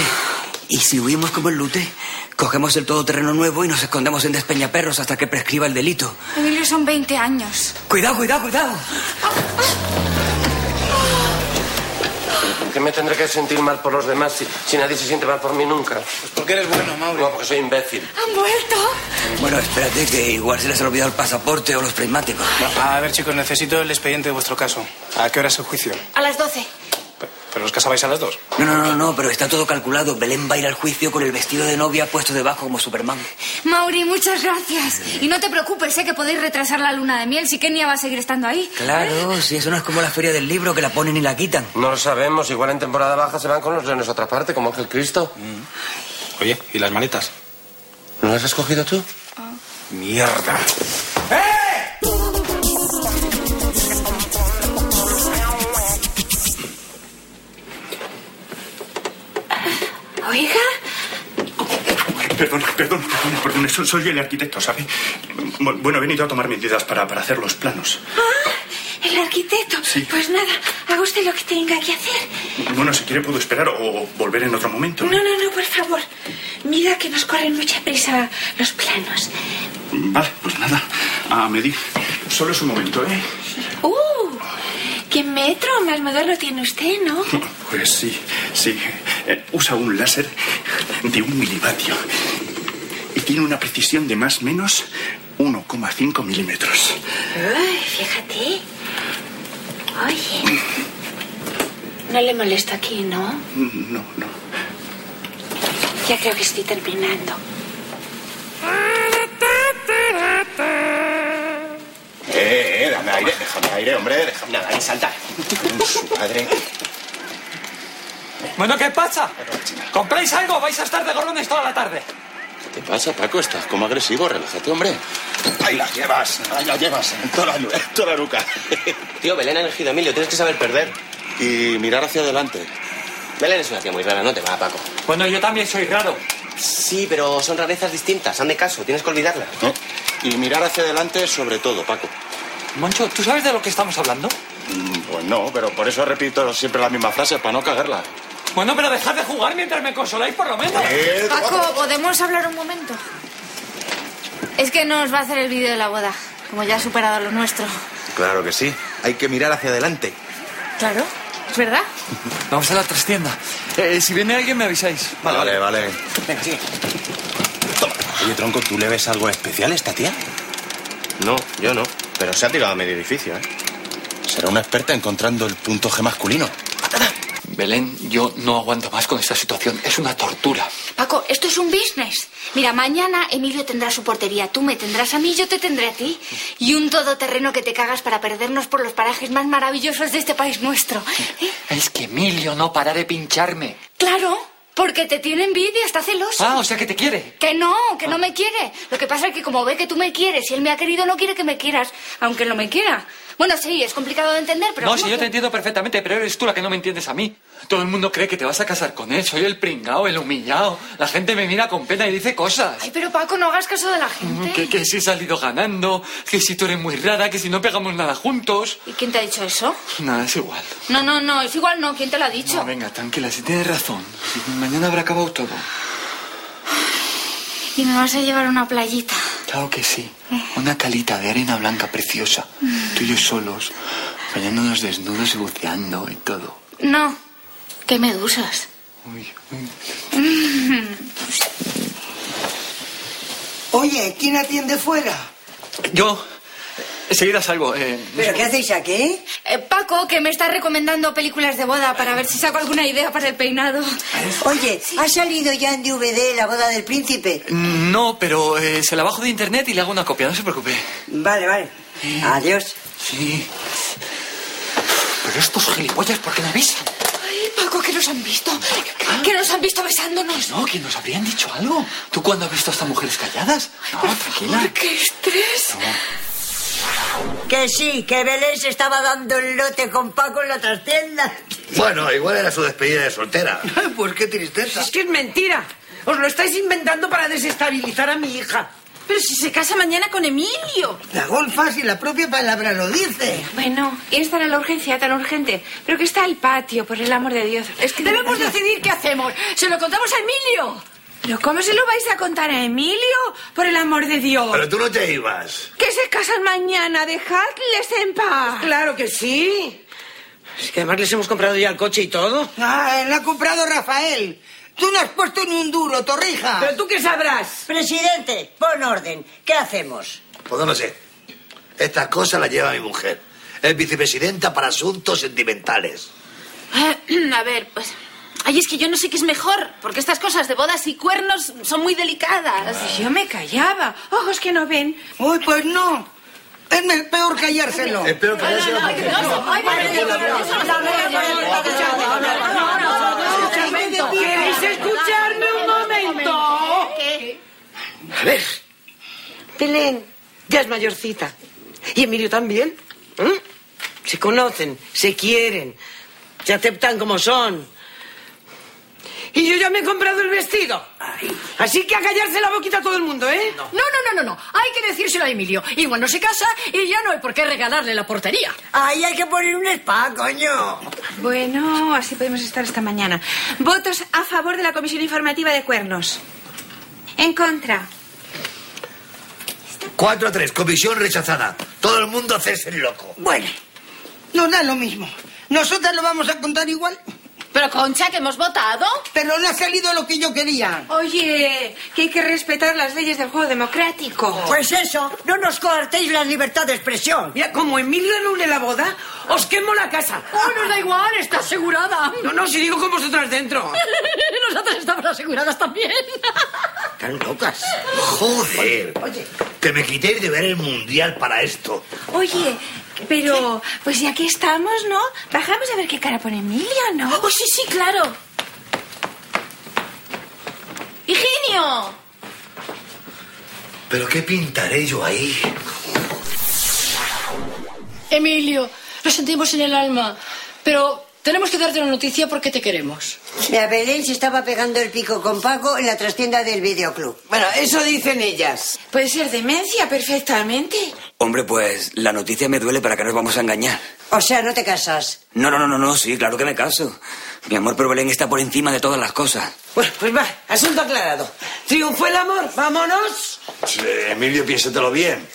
¿y si huimos como el lute? Cogemos el todoterreno nuevo y nos escondemos en Despeñaperros hasta que prescriba el delito.
Emilio son 20 años.
Cuidado, cuidado, cuidado.
¿Qué me tendré que sentir mal por los demás si, si nadie se siente mal por mí nunca? Pues porque eres bueno, Mauro. No, porque soy imbécil.
¿Han vuelto?
Bueno, espérate, que igual se les ha olvidado el pasaporte o los prismáticos.
A ver, chicos, necesito el expediente de vuestro caso. ¿A qué hora es el juicio?
A las 12.
¿Pero os casabais a las dos?
No, no, no, no, pero está todo calculado. Belén va a ir al juicio con el vestido de novia puesto debajo como Superman.
Mauri, muchas gracias. Y no te preocupes, sé que podéis retrasar la luna de miel si Kenia va a seguir estando ahí.
Claro, si eso no es como la feria del libro que la ponen y la quitan.
No lo sabemos. Igual en temporada baja se van con los leones a otra parte, como Ángel Cristo.
Oye, ¿y las maletas?
¿No las has cogido tú?
Mierda.
Oiga,
Perdón, perdón, perdón, perdón, so- soy el arquitecto, ¿sabe? Bu- Bueno, he venido a tomar medidas para, para hacer los planos.
ah, el arquitecto. Pues nada, haga usted lo que tenga que hacer.
Bueno, si quiere puedo esperar o, o volver en otro momento.
No, no, no, por favor. Mira que nos corren mucha prisa los planos.
Vale, pues nada, a medir. Solo es un momento, ¿eh?
¡Uh! ¿Qué metro más moderno tiene usted, no?
Pues sí, sí. Eh, usa un láser de un milivatio. Y tiene una precisión de más o menos 1,5 milímetros.
Ay, fíjate. Oye. No le molesto aquí, ¿no?
No, no.
Ya creo que estoy terminando.
Eh, eh, dame aire, déjame aire, hombre, déjame aire, saltar. Padre.
Bueno, ¿qué pasa? ¿Compráis algo? ¿Vais a estar de gorrones toda la tarde?
¿Qué te pasa, Paco? Estás como agresivo, relájate, hombre.
Ahí la llevas, ahí la llevas, en toda la, nu- en toda la nuca.
Tío, Belén ha elegido a Emilio, tienes que saber perder y mirar hacia adelante. Belén es una tía muy rara, no te va, Paco.
Bueno, yo también soy raro.
Sí, pero son rarezas distintas, han de caso, tienes que olvidarlas. Y mirar hacia adelante sobre todo, Paco.
Moncho, ¿tú sabes de lo que estamos hablando?
Pues no, pero por eso repito siempre la misma frase, para no cagarla.
Bueno, pero dejad de jugar mientras me consoláis por lo menos.
Eh,
Paco, ¿podemos hablar un momento? Es que no os va a hacer el vídeo de la boda, como ya ha superado lo nuestro.
Claro que sí. Hay que mirar hacia adelante.
Claro, ¿es verdad?
Vamos a la trastienda. Eh, si viene alguien me avisáis.
Vale, vale.
Venga, sigue.
Oye, tronco, ¿tú le ves algo especial a esta tía? No, yo no. Pero se ha tirado a medio edificio, ¿eh? Será una experta encontrando el punto G masculino.
Belén, yo no aguanto más con esta situación. Es una tortura.
Paco, esto es un business. Mira, mañana Emilio tendrá su portería, tú me tendrás a mí, yo te tendré a ti. Y un todoterreno que te cagas para perdernos por los parajes más maravillosos de este país nuestro. ¿Eh?
Es que Emilio no para de pincharme.
Claro, porque te tiene envidia, está celoso.
Ah, o sea que te quiere.
Que no, que no me quiere. Lo que pasa es que como ve que tú me quieres y él me ha querido, no quiere que me quieras, aunque no me quiera. Bueno, sí, es complicado de entender, pero...
no,
vamos,
si yo te entiendo perfectamente, pero eres tú la que no me entiendes a mí. Todo el mundo cree que te vas a casar con él. Soy el pringao, el humillado. La gente me mira con pena y dice cosas.
Ay, pero Paco, no hagas caso de la gente.
Que, que si he salido ganando, que si tú eres muy rara, que si no pegamos nada juntos.
¿Y quién te ha dicho eso?
Nada, es igual.
No, no, no, es igual no, ¿quién te lo ha dicho?
No, venga, tranquila, si tienes razón. Mañana habrá acabado todo.
Y me vas a llevar a una playita.
Claro que sí. Una calita de arena blanca preciosa. Tú y yo solos, bañándonos desnudos y buceando y todo.
No, qué medusas. Mm.
Oye, ¿quién atiende fuera?
Yo, enseguida salgo. eh,
¿Pero qué hacéis aquí?
Eh,
Paco, que me está recomendando películas de boda para ver si saco alguna idea para el peinado.
Oye, ¿ha salido ya en DVD la boda del príncipe?
No, pero eh, se la bajo de internet y le hago una copia, no se preocupe.
Vale, vale. Adiós.
Sí. Pero estos gilipollas, ¿por qué me avisan?
Ay, Paco, que nos han visto. Que nos han visto besándonos.
No, que nos habrían dicho algo. ¿Tú cuándo has visto a estas mujeres calladas? No, tranquila.
¡Qué estrés! Que sí, que Belén se estaba dando el lote con Paco en la trastienda.
Bueno, igual era su despedida de soltera.
Pues qué tristeza. Es que es mentira. Os lo estáis inventando para desestabilizar a mi hija.
Pero si se casa mañana con Emilio.
La golfa, si la propia palabra lo dice.
Bueno, y esta era la urgencia tan urgente. Pero que está el patio, por el amor de Dios. Es que
Debemos decidir qué hacemos. Se lo contamos a Emilio.
¿Pero cómo se lo vais a contar a Emilio? Por el amor de Dios.
Pero tú no te ibas.
Que se casan mañana, dejadles en paz.
Claro que sí. Es que además les hemos comprado ya el coche y todo.
Ah, la ha comprado Rafael. Tú no has puesto ni un duro, torrija.
Pero tú qué sabrás.
Presidente, pon orden. ¿Qué hacemos?
Pues no sé. Estas cosas las lleva mi mujer. Es vicepresidenta para asuntos sentimentales.
Eh, a ver, pues... Ay, es que yo no sé qué es mejor, porque estas cosas de bodas y cuernos son muy delicadas.
Yo me callaba. Ojos que no ven.
Uy, pues no. Es me- peor callárselo.
Es peor callárselo.
No, no, porque- no, no, no, ay, pero-
¿Queréis escucharme un momento?
¿Qué?
A ver. Belén, ya es mayorcita. Y Emilio también. ¿eh? Se conocen, se quieren, se aceptan como son. Y yo ya me he comprado el vestido. Así que a callarse la boquita a todo el mundo, ¿eh?
No, no, no, no, no. Hay que decírselo a Emilio. Igual no se casa y ya no hay por qué regalarle la portería.
Ahí hay que poner un spa, coño.
Bueno, así podemos estar esta mañana. Votos a favor de la comisión informativa de cuernos. En contra.
4 a 3, comisión rechazada. Todo el mundo hacerse el loco.
Bueno, nos da lo mismo. Nosotras lo vamos a contar igual.
Pero Concha, que hemos votado.
Pero no ha salido lo que yo quería.
Oye, que hay que respetar las leyes del juego democrático.
Pues eso, no nos coartéis la libertad de expresión.
Mira, como Emilio anule la boda, os quemo la casa.
¡Oh, nos da igual! ¡Está asegurada!
No, no, si digo con vosotras dentro.
Nosotras estamos aseguradas también.
Están locas. Joder. Que me quitéis de ver el mundial para esto.
Oye, pero pues ya que estamos, ¿no? Bajamos a ver qué cara pone Emilio, ¿no?
Oh, sí, sí, claro. ¡Higinio!
¿Pero qué pintaré yo ahí?
Emilio, lo sentimos en el alma, pero tenemos que darte una noticia porque te queremos.
La Belén se estaba pegando el pico con Paco en la trastienda del videoclub.
Bueno, eso dicen ellas.
Puede ser demencia perfectamente.
Hombre, pues la noticia me duele para que nos vamos a engañar.
O sea, no te casas.
No, no, no, no, no, sí, claro que me caso. Mi amor por Belén está por encima de todas las cosas.
Bueno, pues va, asunto aclarado. Triunfó el amor, vámonos.
Eh, Emilio, piénsatelo bien.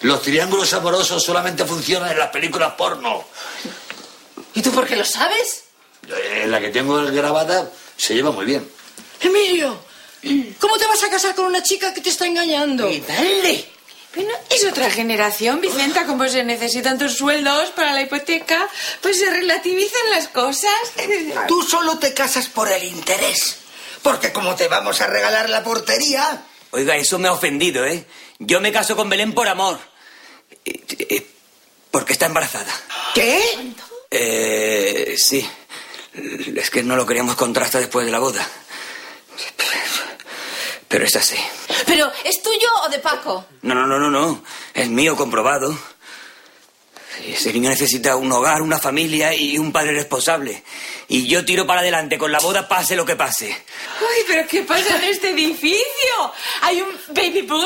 Los triángulos amorosos solamente funcionan en las películas porno.
¿Y tú por qué lo sabes?
Eh, la que tengo grabada se lleva muy bien.
Emilio, ¿cómo te vas a casar con una chica que te está engañando?
¡Dale!
Bueno, es otra generación, Vicenta, como se necesitan tus sueldos para la hipoteca, pues se relativizan las cosas.
Tú solo te casas por el interés. Porque como te vamos a regalar la portería...
Oiga, eso me ha ofendido, ¿eh? Yo me caso con Belén por amor. Eh, eh, Porque está embarazada.
¿Qué?
Eh, sí. Es que no lo queríamos contar hasta después de la boda. Pero es así.
¿Pero es tuyo o de Paco?
No, no, no, no, no. Es mío comprobado. Ese niño necesita un hogar, una familia y un padre responsable. Y yo tiro para adelante con la boda, pase lo que pase.
Uy, pero ¿qué pasa en este edificio? Hay un baby boom.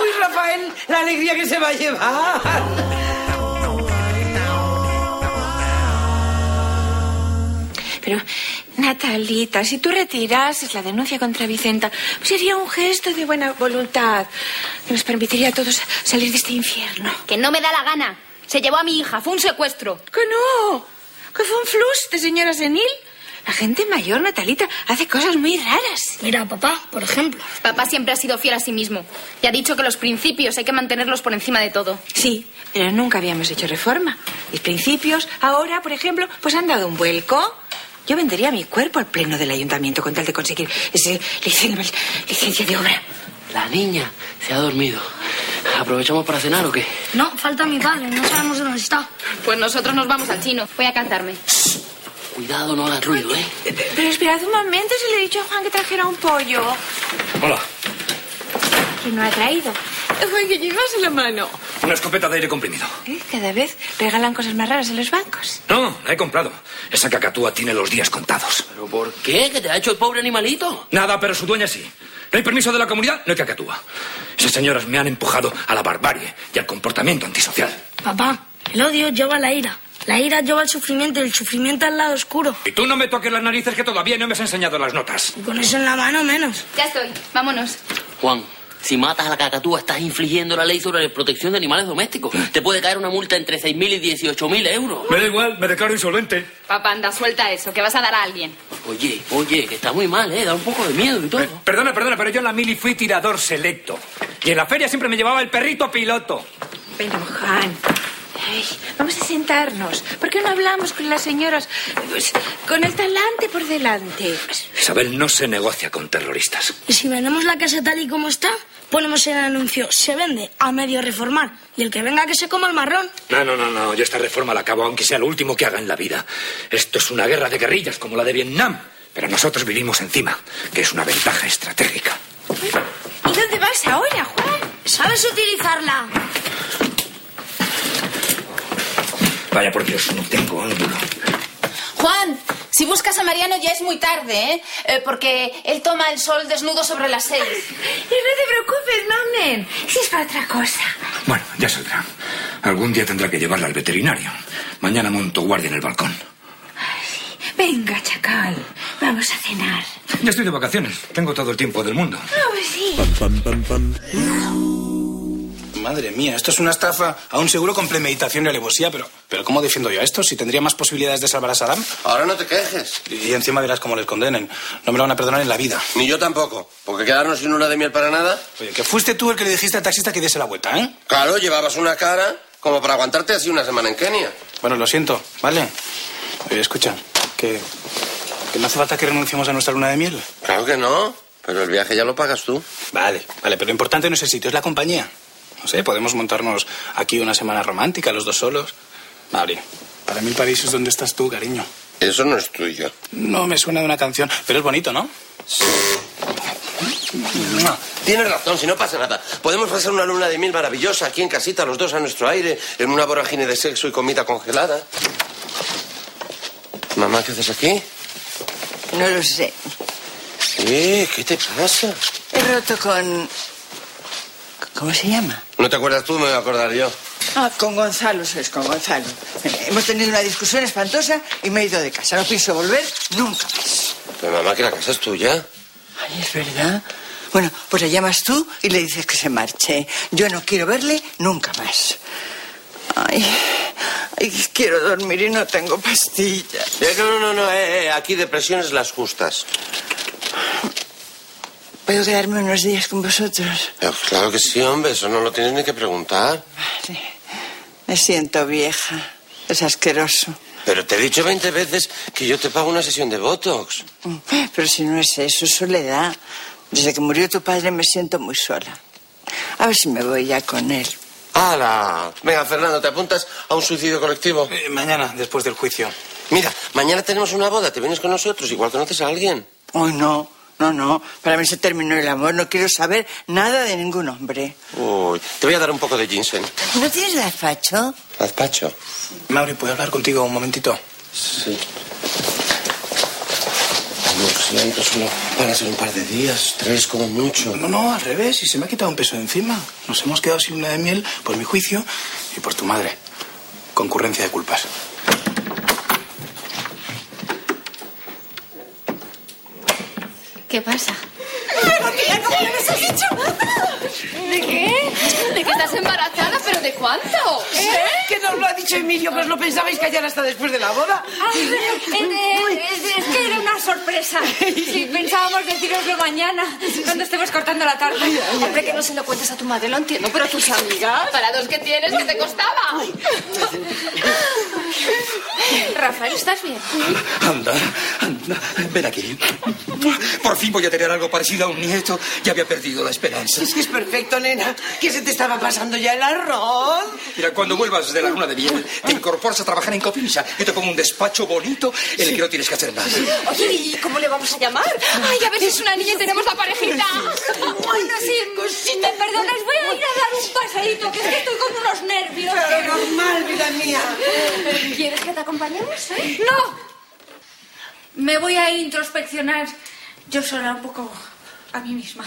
Uy, Rafael, la alegría que se va a llevar.
Pero, Natalita, si tú retirases la denuncia contra Vicenta, pues sería un gesto de buena voluntad que nos permitiría a todos salir de este infierno.
Que no me da la gana. Se llevó a mi hija, fue un secuestro.
¡Que no! ¡Que fue un flux de señora senil! La gente mayor, Natalita, hace cosas muy raras.
Mira, papá, por ejemplo. Papá siempre ha sido fiel a sí mismo y ha dicho que los principios hay que mantenerlos por encima de todo.
Sí, pero nunca habíamos hecho reforma. Mis principios, ahora, por ejemplo, pues han dado un vuelco. Yo vendería mi cuerpo al pleno del ayuntamiento con tal de conseguir ese licen- licencia de obra.
La niña se ha dormido. ¿Aprovechamos para cenar o qué?
No, falta mi padre, no sabemos dónde está. Pues nosotros nos vamos al chino. Voy a cantarme.
Cuidado, no hagas ruido, ¿eh?
Pero esperad un momento, si le he dicho a Juan que trajera un pollo.
Hola.
Que no ha traído. Juan, que llevas en la mano.
Una escopeta de aire comprimido.
¿Eh? Cada vez regalan cosas más raras en los bancos.
No, la he comprado. Esa cacatúa tiene los días contados.
¿Pero por qué? ¿Que te ha hecho el pobre animalito?
Nada, pero su dueña sí. No hay permiso de la comunidad, no hay cacatúa. Esas señoras me han empujado a la barbarie y al comportamiento antisocial.
Papá, el odio lleva a la ira. La ira lleva al sufrimiento y el sufrimiento al lado oscuro.
Y tú no me toques las narices que todavía no me has enseñado las notas.
Y con eso en la mano menos.
Ya estoy, vámonos.
Juan, si matas a la cacatúa estás infligiendo la ley sobre la protección de animales domésticos. Te puede caer una multa entre 6.000 y 18.000 euros.
Me da igual, me declaro insolvente.
Papá, anda, suelta eso, que vas a dar a alguien.
Oye, oye, que está muy mal, ¿eh? Da un poco de miedo y todo.
Perdona, perdona, pero yo en la mili fui tirador selecto. Y en la feria siempre me llevaba el perrito piloto.
Pero, Juan, ay, vamos a sentarnos. ¿Por qué no hablamos con las señoras? Pues, con el talante por delante.
Isabel no se negocia con terroristas.
Y si vendemos la casa tal y como está, ponemos el anuncio, se vende a medio reformar. Y el que venga que se coma el marrón.
No, no, no, no. Yo esta reforma la acabo, aunque sea lo último que haga en la vida. Esto es una guerra de guerrillas como la de Vietnam. Pero nosotros vivimos encima, que es una ventaja estratégica.
¿Y dónde vas ahora, Juan?
¿Sabes utilizarla?
Vaya por Dios, no tengo ángulo.
Juan, si buscas a Mariano ya es muy tarde, ¿eh? Eh, porque él toma el sol desnudo sobre las seis.
Y no te preocupes, mamen. Si es para otra cosa.
Bueno, ya saldrá. Algún día tendrá que llevarla al veterinario. Mañana monto guardia en el balcón.
Venga, chacal, vamos a cenar.
Ya estoy de vacaciones. Tengo todo el tiempo del mundo.
Ah, pues sí.
Madre mía, esto es una estafa a un seguro con premeditación y alevosía, pero, pero ¿cómo defiendo yo a esto? Si tendría más posibilidades de salvar a Saddam.
Ahora no te quejes.
Y encima verás cómo les condenen. No me lo van a perdonar en la vida.
Ni yo tampoco. Porque quedarnos sin una de miel para nada.
Oye, que fuiste tú el que le dijiste al taxista que diese la vuelta, ¿eh?
Claro, llevabas una cara como para aguantarte así una semana en Kenia.
Bueno, lo siento, ¿vale? Oye, escucha, que, que no hace falta que renunciemos a nuestra luna de miel.
Claro que no. Pero el viaje ya lo pagas tú.
Vale, vale, pero lo importante no es el sitio, es la compañía. No sé, podemos montarnos aquí una semana romántica, los dos solos. Mabri, para mí el paraíso es donde estás tú, cariño.
Eso no es tuyo.
No me suena de una canción, pero es bonito, ¿no?
Tienes razón, si no pasa nada. Podemos pasar una luna de miel maravillosa aquí en casita, los dos a nuestro aire, en una vorágine de sexo y comida congelada. Mamá, ¿qué haces aquí?
No lo sé.
¿Qué? ¿Qué te pasa?
He roto con... ¿Cómo se llama?
No te acuerdas tú, me voy a acordar yo.
Ah, con Gonzalo, es con Gonzalo. Eh, Hemos tenido una discusión espantosa y me he ido de casa. No pienso volver nunca más.
Pero mamá, que la casa es tuya.
Ay, es verdad. Bueno, pues le llamas tú y le dices que se marche. Yo no quiero verle nunca más. Ay, ay, quiero dormir y no tengo pastillas.
Eh, No, no, no, no, eh, eh, aquí depresiones las justas.
¿Puedo quedarme unos días con vosotros?
Eh, claro que sí, hombre, eso no lo tienes ni que preguntar.
Me siento vieja. Es asqueroso.
Pero te he dicho 20 veces que yo te pago una sesión de Botox.
Pero si no es eso, es soledad. Desde que murió tu padre me siento muy sola. A ver si me voy ya con él.
¡Hala! Venga, Fernando, ¿te apuntas a un suicidio colectivo?
mañana, después del juicio.
Mira, mañana tenemos una boda, te vienes con nosotros, igual conoces a alguien.
Ay, no, no, no. Para mí se terminó el amor. No quiero saber nada de ningún hombre.
Uy, te voy a dar un poco de ginseng.
¿No tienes gazpacho?
Gazpacho.
Mauri, ¿puedo hablar contigo un momentito?
Sí. Lo siento, solo van a ser un par de días, tres como mucho.
No, no, al revés, y se me ha quitado un peso de encima. Nos hemos quedado sin luna de miel por mi juicio y por tu madre. Concurrencia de culpas.
¿Qué pasa?
¿Cómo lo has dicho?
¿De qué? ¿De que estás embarazada? ¿Pero de cuánto?
¿Eh?
Que nos lo ha dicho Emilio, que os lo pensabais callar hasta después de la boda.
Ay,
eh,
es, es- es que era una sorpresa. Sí, pensábamos deciroslo mañana, cuando estemos cortando la tarde. Hombre, que no se lo cuentes a tu madre, lo entiendo, pero a tus amigas.
Para dos que tienes, que te costaba? Rafael, ¿estás bien?
Anda, anda, ven aquí. Por fin voy a tener algo parecido a un nieto. Ya había perdido la esperanza.
Es que es perfecto, nena. Que se te estaba pasando ya el arroz.
Mira, cuando vuelvas de la luna de miel, te incorporas a trabajar en Copinsa. Yo te pongo un despacho bonito en el que no tienes que hacer nada.
Oye, ¿y cómo le vamos a llamar? Ay, a ver si es una niña y tenemos la parejita. Bueno, si, si me perdonas, voy a ir a dar un paseíto, que es que estoy con unos nervios.
Pero normal, vida mía.
¿Quieres que te acompañemos? eh? ¡No! Me voy a introspeccionar yo sola un poco
a mí misma.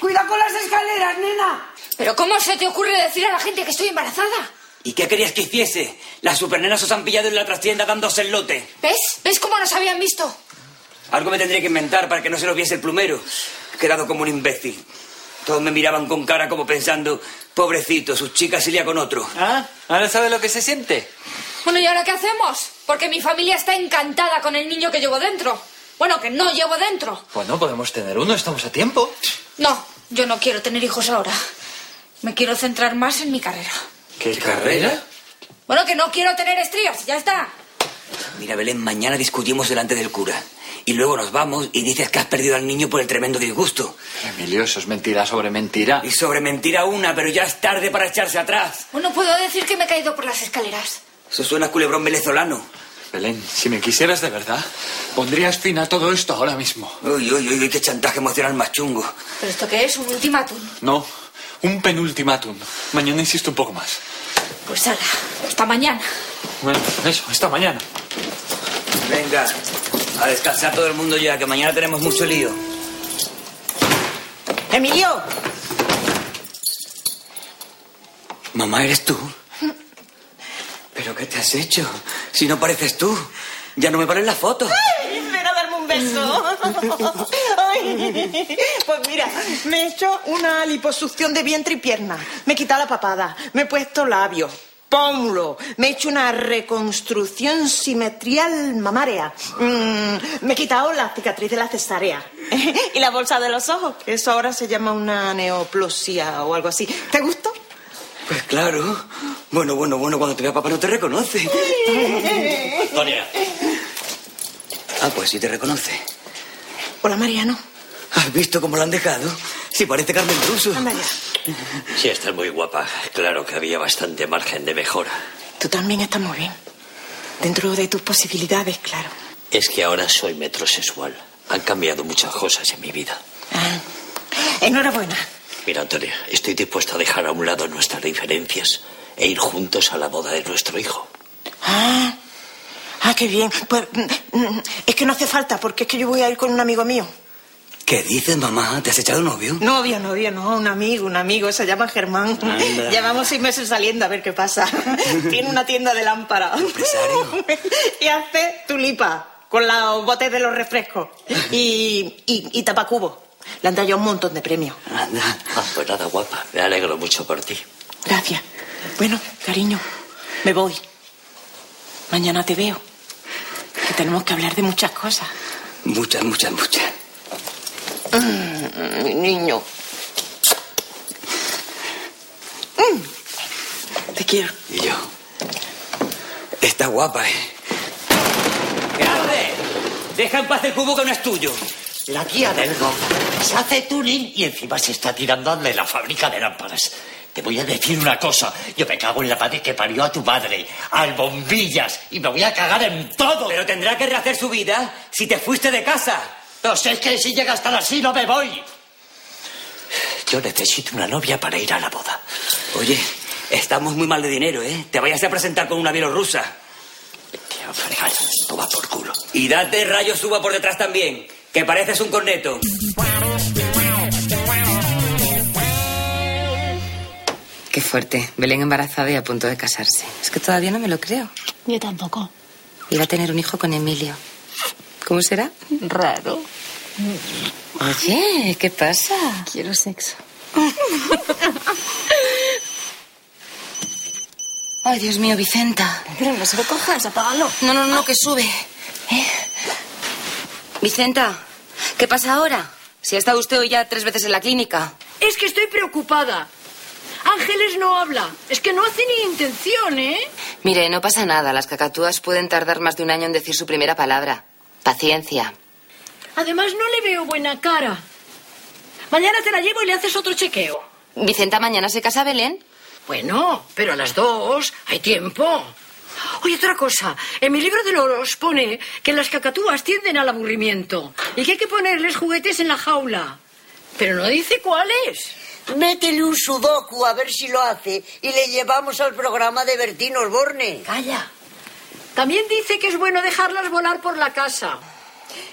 ¡Cuidado con las escaleras, nena!
¿Pero cómo se te ocurre decir a la gente que estoy embarazada?
¿Y qué querías que hiciese? Las supernenas os han pillado en la trastienda dándose el lote.
¿Ves? ¿Ves cómo nos habían visto?
Algo me tendría que inventar para que no se lo viese el plumero. He quedado como un imbécil. Todos me miraban con cara como pensando, pobrecito, sus chicas se lía con otro.
¿Ah? ¿Ahora sabe lo que se siente?
Bueno, ¿y ahora qué hacemos? Porque mi familia está encantada con el niño que llevo dentro. Bueno, que no llevo dentro.
Bueno, podemos tener uno, estamos a tiempo.
No, yo no quiero tener hijos ahora. Me quiero centrar más en mi carrera.
¿Qué carrera?
Bueno, que no quiero tener estrías, ya está.
Mira, Belén, mañana discutimos delante del cura. Y luego nos vamos y dices que has perdido al niño por el tremendo disgusto.
Emilio, eso es mentira sobre mentira.
Y sobre mentira una, pero ya es tarde para echarse atrás.
Bueno, puedo decir que me he caído por las escaleras.
Eso suena a culebrón venezolano.
Belén, si me quisieras de verdad, pondrías fin a todo esto ahora mismo.
Uy, uy, uy, uy, qué chantaje emocional más chungo.
¿Pero esto qué es? ¿Un ultimátum?
No, un penultimátum. Mañana insisto un poco más.
Pues ala, hasta mañana.
Bueno, eso, esta mañana.
Venga, a descansar todo el mundo ya, que mañana tenemos mucho lío.
¡Emilio!
Mamá, ¿eres tú? ¿Pero qué te has hecho? Si no pareces tú, ya no me pones la foto.
Ay, Ven a darme un beso. Ay, pues mira, me he hecho una liposucción de vientre y pierna. Me he quitado la papada. Me he puesto labios. Pómulo. Me he hecho una reconstrucción simetrial mamaria. Mm, me he quitado la cicatriz de la cesárea. y la bolsa de los ojos. que Eso ahora se llama una neoplosia o algo así. ¿Te gustó?
Pues claro. Bueno, bueno, bueno, cuando te vea papá no te reconoce. Tonia. Ah, pues sí te reconoce.
Hola, Mariano.
¿Has visto cómo la han dejado? Si parece Carmen Russo.
Sí, estás muy guapa. Claro que había bastante margen de mejora.
Tú también estás muy bien. Dentro de tus posibilidades, claro.
Es que ahora soy metrosexual. Han cambiado muchas cosas en mi vida.
Ah. Enhorabuena.
Mira, Antonia, estoy dispuesto a dejar a un lado nuestras diferencias e ir juntos a la boda de nuestro hijo.
Ah, ah, qué bien. Pues mm, mm, es que no hace falta, porque es que yo voy a ir con un amigo mío.
¿Qué dices, mamá? ¿Te has echado novio?
Novio, novio, no, un amigo, un amigo, se llama Germán.
Anda.
Llevamos seis meses saliendo a ver qué pasa. Tiene una tienda de lámpara. y hace tulipa con los botes de los refrescos y, y, y tapacubos. Le han dado ya un montón de premios.
Ah, pues nada, guapa. Me alegro mucho por ti.
Gracias. Bueno, cariño, me voy. Mañana te veo. Que tenemos que hablar de muchas cosas.
Muchas, muchas, muchas.
Mm, mi niño. Mm, Te quiero.
Y yo. Está guapa, ¿eh? ¡Grande! Deja en paz el cubo que no es tuyo.
La tía Delgo se hace tuning y encima se está tirando de la fábrica de lámparas. Te voy a decir una cosa. Yo me cago en la madre que parió a tu madre, al bombillas, y me voy a cagar en todo. Pero
tendrá que rehacer su vida si te fuiste de casa.
No sé, es que si llega hasta así no me voy.
Yo necesito una novia para ir a la boda. Oye, estamos muy mal de dinero, ¿eh? Te vayas a presentar con una bielorrusa. Tío, fregar, toma por culo. Y date rayo suba por detrás también, que pareces un corneto.
Qué fuerte. Belén embarazada y a punto de casarse. Es que todavía no me lo creo.
Yo tampoco.
Ir a tener un hijo con Emilio. ¿Cómo será?
Raro.
Oye, ¿qué pasa?
Quiero sexo.
Ay, Dios mío, Vicenta.
Pero no se lo cojas, apágalo.
No, no, no, que sube. ¿Eh? Vicenta, ¿qué pasa ahora? Si ha estado usted hoy ya tres veces en la clínica.
Es que estoy preocupada. Ángeles no habla. Es que no hace ni intención, ¿eh?
Mire, no pasa nada. Las cacatúas pueden tardar más de un año en decir su primera palabra. Paciencia.
Además, no le veo buena cara. Mañana te la llevo y le haces otro chequeo.
¿Vicenta mañana se casa Belén?
Bueno, pero a las dos hay tiempo. Oye, otra cosa. En mi libro de loros pone que las cacatúas tienden al aburrimiento y que hay que ponerles juguetes en la jaula. Pero no dice cuáles.
Métele un sudoku a ver si lo hace y le llevamos al programa de Bertín Osborne.
Calla. También dice que es bueno dejarlas volar por la casa.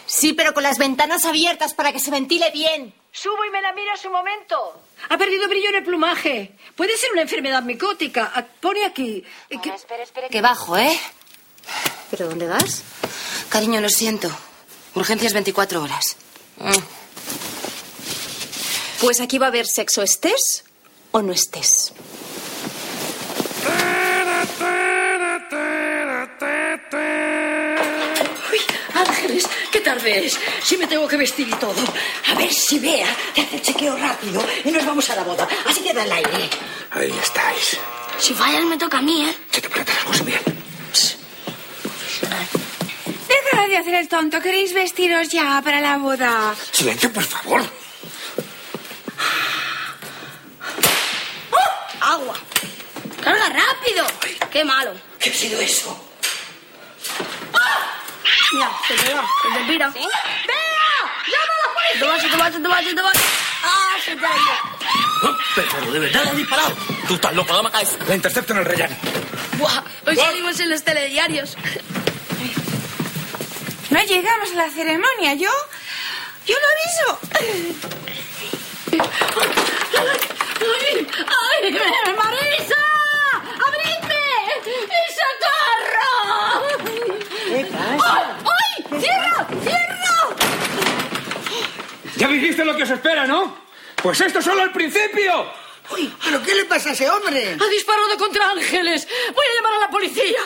Sí, pero con las ventanas abiertas para que se ventile bien.
Subo y me la miras un momento. Ha perdido brillo en el plumaje. Puede ser una enfermedad micótica. Ah, Pone aquí. eh, que-
Que bajo, ¿eh? ¿Pero dónde vas? Cariño, lo siento. Urgencias 24 horas.
Mm. Pues aquí va a haber sexo estés o no estés.
Uy, Ángeles, qué tarde es. Si me tengo que vestir y todo. A ver si vea que hace el chequeo rápido y nos vamos a la boda. Así que dale aire.
Ahí estáis.
Si fallas me toca a mí, ¿eh?
Dejad de hacer el tonto. ¿Queréis vestiros ya para la boda?
Silencio, por favor.
Agua. Carga rápido. Qué malo.
¿Qué ha sido eso?
Mira, se te va, se te pira. ¡Vea! ¡Llama a la policía! Te vas, se te va, se te va, se te va. ¡Ah, se te ha ido!
Pero de verdad ha disparado. Tú estás loco, no me caes. La intercepto en el rellano.
Buah, hoy salimos en los telediarios.
No llegamos a la ceremonia, yo. Yo lo aviso.
¡Ay! ¡Ay! ¡Marisa! ¡Abridme! ¡Socorro! ¿Qué pasa? ¡Ay! ay! ¡Cierra! ¡Cierra!
Ya dijiste lo que os espera, ¿no? Pues esto es solo el principio.
Uy, ¿pero qué le pasa a ese hombre?
Ha disparado contra Ángeles. Voy a llamar a la policía.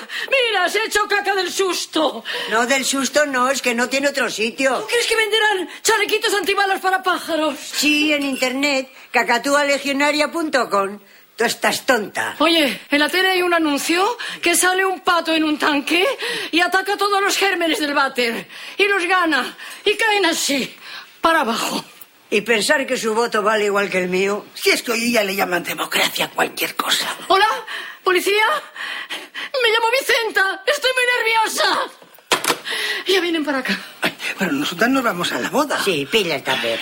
Mira, se ha hecho caca del susto.
No, del susto no, es que no tiene otro sitio.
¿Crees que venderán chalequitos antibalas para pájaros?
Sí, en internet, cacatúalegionaria.com. Tú estás tonta.
Oye, en la tele hay un anuncio que sale un pato en un tanque y ataca a todos los gérmenes del váter y los gana y caen así, para abajo.
Y pensar que su voto vale igual que el mío.
Si es que hoy ya le llaman democracia a cualquier cosa.
Hola, policía. Me llamo Vicenta. Estoy muy nerviosa. Ya vienen para acá.
Pero nosotras nos vamos a la boda.
Sí, pilla el tupper.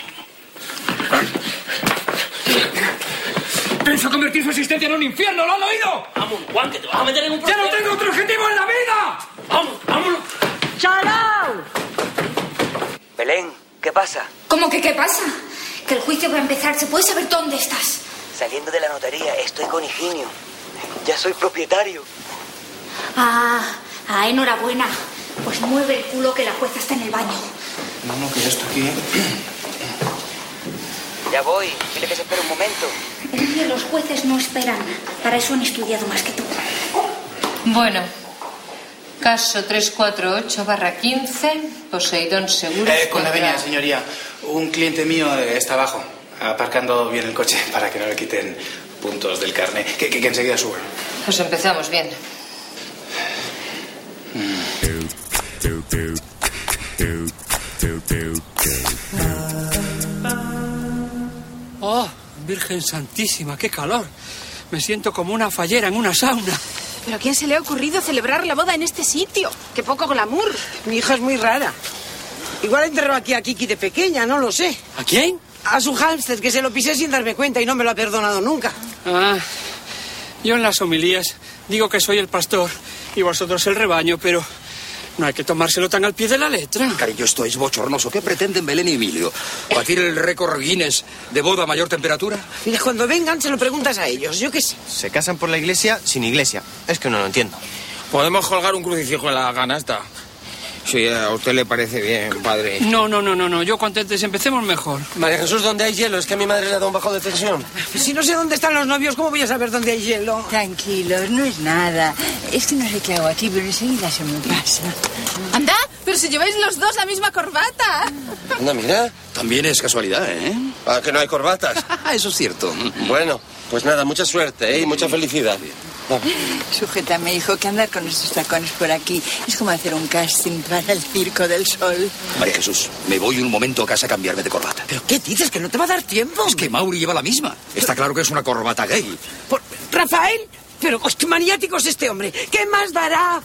Pienso convertir su existencia en un infierno, ¿lo han oído? Vamos, Juan, que te vas a meter en un ¡Ya no tengo otro objetivo en la vida! ¡Vamos, vámonos!
¡Chalao!
Belén, ¿qué pasa?
¿Cómo que qué pasa? Que el juicio va a empezar. ¿Se puede saber dónde estás?
Saliendo de la notaría, estoy con Higinio. Ya soy propietario.
Ah, ah, enhorabuena. Pues mueve el culo que la jueza está en el baño.
No, no, que ya estoy aquí.
Ya voy. Dile que se espere un momento.
El día los jueces no esperan. Para eso han estudiado más que tú.
Bueno, caso 348-15, Poseidón Seguro.
Eh, con la venia, señoría. Un cliente mío eh, está abajo, aparcando bien el coche para que no le quiten puntos del carne. Que, que, que enseguida suba.
Pues empezamos bien.
¡Oh, Virgen Santísima, qué calor! Me siento como una fallera en una sauna.
¿Pero a quién se le ha ocurrido celebrar la boda en este sitio? ¡Qué poco glamour!
Mi hija es muy rara. Igual enterró aquí a Kiki de pequeña, no lo sé.
¿A quién?
A su hámster, que se lo pisé sin darme cuenta y no me lo ha perdonado nunca.
Ah, yo en las homilías digo que soy el pastor y vosotros el rebaño, pero no hay que tomárselo tan al pie de la letra.
Cariño, esto es bochornoso. ¿Qué pretenden Belén y Emilio? ¿Batir el récord Guinness de boda a mayor temperatura?
Mira, cuando vengan se lo preguntas a ellos, yo qué sé.
Se casan por la iglesia sin iglesia. Es que no lo entiendo. Podemos colgar un crucifijo en la canasta. eh. Si a usted le parece bien, padre.
No, no, no, no, no. Yo contentes, empecemos mejor.
María Jesús, ¿dónde hay hielo? Es que mi madre le ha dado un bajo de tensión.
Pues Si no sé dónde están los novios, ¿cómo voy a saber dónde hay hielo?
Tranquilos, no es nada. Es que no sé qué hago aquí, pero enseguida se me pasa.
¡Anda! ¡Pero si lleváis los dos la misma corbata!
Anda, mira.
También es casualidad, ¿eh?
Ah, que no hay corbatas.
Eso es cierto.
Bueno, pues nada, mucha suerte ¿eh? y
Mm.
mucha felicidad.
Sujétame, hijo, que andar con esos tacones por aquí es como hacer un casting para el Circo del Sol.
María Jesús, me voy un momento a casa a cambiarme de corbata. ¿Pero
qué dices? ¿Que no te va a dar tiempo?
Es que Mauri lleva la misma. Está claro que es una corbata gay.
Rafael, pero pues, qué maniático es este hombre. ¿Qué más dará?